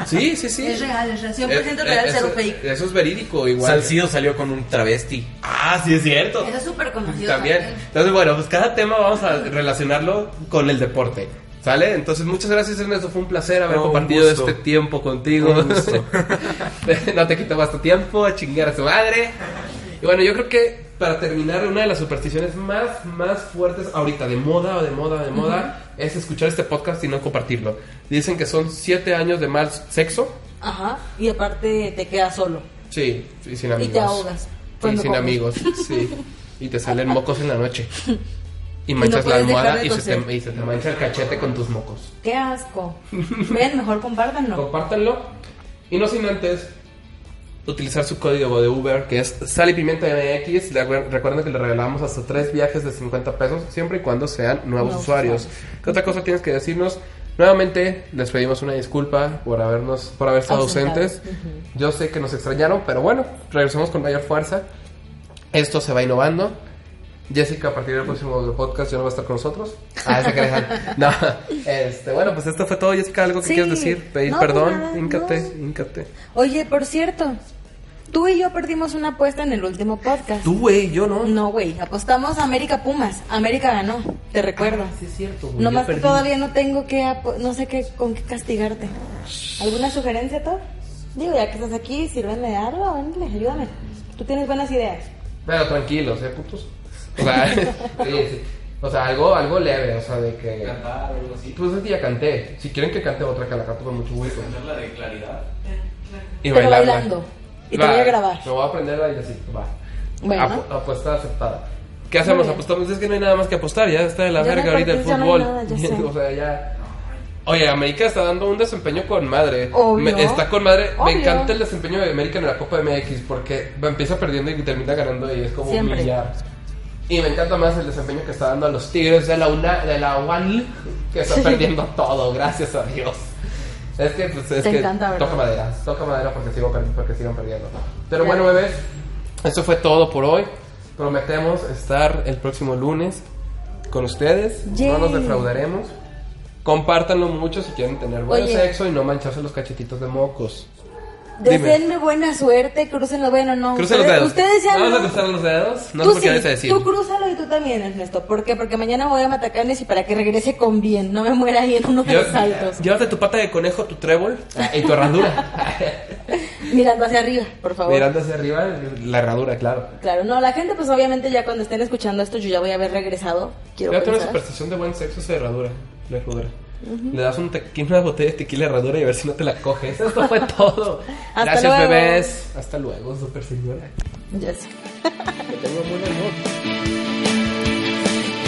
Speaker 1: sí, sí, sí.
Speaker 5: Es real, es real. 100%
Speaker 1: Eh,
Speaker 5: real,
Speaker 1: eh,
Speaker 5: cero
Speaker 1: eso-
Speaker 5: fake.
Speaker 1: Eso es verídico, igual.
Speaker 6: Salcido salió con un travesti.
Speaker 1: Ah, sí, es cierto.
Speaker 5: Eso es súper conocido.
Speaker 1: También. Entonces, bueno, pues cada tema vamos a relacionarlo con el deporte. ¿Sale? Entonces, muchas gracias, Ernesto. Fue un placer haber
Speaker 6: No, un
Speaker 1: compartido
Speaker 6: gusto.
Speaker 1: este tiempo contigo.
Speaker 6: Un gusto.
Speaker 1: no te quito más tu tiempo, a chingar a su madre. Y bueno, yo creo que para terminar, una de las supersticiones más, más fuertes ahorita, de moda o de moda, de moda, es escuchar este podcast y no compartirlo. Dicen que son siete años de mal sexo.
Speaker 5: Ajá. Y aparte te quedas solo.
Speaker 1: Sí, y sin amigos.
Speaker 5: te ahogas
Speaker 1: Y
Speaker 5: cuando
Speaker 1: sin
Speaker 5: comes.
Speaker 1: amigos, sí. Y te salen mocos en la noche. Y
Speaker 5: no
Speaker 1: manchas la
Speaker 5: puedes dejar
Speaker 1: almohada
Speaker 5: de
Speaker 1: y se, te,
Speaker 5: toser.
Speaker 1: y se te mancha el cachete con tus mocos.
Speaker 5: Qué asco. Ven, mejor compártanlo.
Speaker 1: Compártanlo. Y no sin antes utilizar su código de Uber, que es Sal y Pimienta MX. Le acuer- Recuerden que le regalamos hasta tres viajes de 50 pesos, siempre y cuando sean nuevos
Speaker 5: Nuevos
Speaker 1: usuarios. ¿Qué otra cosa tienes que decirnos? Nuevamente les pedimos una disculpa por habernos por haber estado
Speaker 5: Ausentados.
Speaker 1: ausentes. Yo sé que nos extrañaron, pero bueno, regresamos con mayor fuerza. Esto se va innovando. Jessica, a partir del próximo podcast ya no va a estar con nosotros. Ah, se crean. No. Este, bueno, pues esto fue todo, Jessica. ¿Algo que
Speaker 2: Sí.
Speaker 1: quieras decir? Pedir
Speaker 2: No,
Speaker 1: perdón.
Speaker 2: pues nada,
Speaker 1: Híncate,
Speaker 2: no.
Speaker 1: híncate.
Speaker 2: Oye, por cierto, tú y yo perdimos una apuesta en el último podcast.
Speaker 1: Tú, güey, yo no.
Speaker 2: No, güey, apostamos a América Pumas. América ganó, te recuerdo.
Speaker 1: es cierto, güey.
Speaker 2: Nomás que todavía no tengo que, apo- no sé qué, con qué castigarte. ¿Alguna sugerencia, Thor? Digo, ya que estás aquí, sírveme de algo, ándale, ayúdame. Tú tienes buenas ideas.
Speaker 1: Pero tranquilos, ¿eh, putos? O sea, sí, sí. O sea, algo, algo leve, o sea, de que... Cantar o algo así. Pues ese día canté. Si quieren que cante otra, que la canto con mucho gusto. ¿Cantarla de claridad? Y
Speaker 2: Pero
Speaker 1: bailarla.
Speaker 2: bailando. Y te voy a grabar.
Speaker 1: Me voy a aprender a bailar así, va.
Speaker 2: Bueno.
Speaker 1: Apu- apuesta aceptada. ¿Qué hacemos? Apostamos. Es que no hay nada más que apostar. Ya está de la
Speaker 2: Ya no
Speaker 1: verga ahorita el
Speaker 2: partí, ya no hay
Speaker 1: fútbol.
Speaker 2: nada, ya sé.
Speaker 1: o sea, ya. Oye, América está dando un desempeño con madre.
Speaker 2: Obvio.
Speaker 1: Me- está con madre.
Speaker 2: Obvio.
Speaker 1: Me encanta el desempeño de América en la Copa MX porque va- empieza perdiendo y termina ganando y es como
Speaker 5: Siempre.
Speaker 1: humillar. Y me encanta más el desempeño que está dando a los Tigres de la una, de la UANL, que está perdiendo todo, gracias a Dios. Es que, pues, es
Speaker 8: Te
Speaker 1: que
Speaker 8: encanta, ¿verdad?
Speaker 1: toca madera, toca madera porque, sigo per- porque sigan perdiendo. Pero bueno, bebés, eso fue todo por hoy. Prometemos estar el próximo lunes con ustedes. No nos defraudaremos. Compártanlo mucho si quieren tener buen
Speaker 2: Oye.
Speaker 1: sexo y no mancharse los cachetitos de mocos. Dime.
Speaker 2: Deseenme buena suerte, crucen los bueno, no.
Speaker 1: Crucen los
Speaker 2: ustedes-
Speaker 1: dedos.
Speaker 2: Ustedes ya
Speaker 1: Vamos a
Speaker 2: no.
Speaker 1: cruzar los dedos. No
Speaker 2: tú
Speaker 1: sé por qué
Speaker 2: sí,
Speaker 1: vas a decir.
Speaker 2: tú crúzalo y tú también, Ernesto. ¿Por qué? Porque mañana voy a Matacanes y para que regrese con bien, no me muera ahí en uno de
Speaker 1: Lleva-
Speaker 2: los saltos.
Speaker 1: Llévate tu pata de conejo, tu trébol y tu herradura.
Speaker 2: Mirando hacia arriba, por favor.
Speaker 1: Mirando hacia arriba, la herradura, claro.
Speaker 2: Claro, no, la gente pues obviamente ya cuando estén escuchando esto yo ya voy a haber regresado. Quiero
Speaker 1: Llévate una
Speaker 2: pensar.
Speaker 1: superstición de buen sexo es herradura. La herradura. Le das un tequi- una botella de tequila herradura y a ver si no te la coges. Esto fue todo.
Speaker 2: Hasta
Speaker 1: Gracias,
Speaker 2: luego.
Speaker 1: bebés. Hasta luego, super señora.
Speaker 2: Ya sé.
Speaker 1: Que tengo buena noche.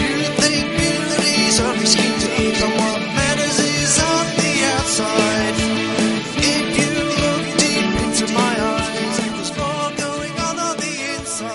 Speaker 9: You think beauty's on the skin deep, and what matters is on the outside. If you look deep into my eyes, there's more going on on the inside.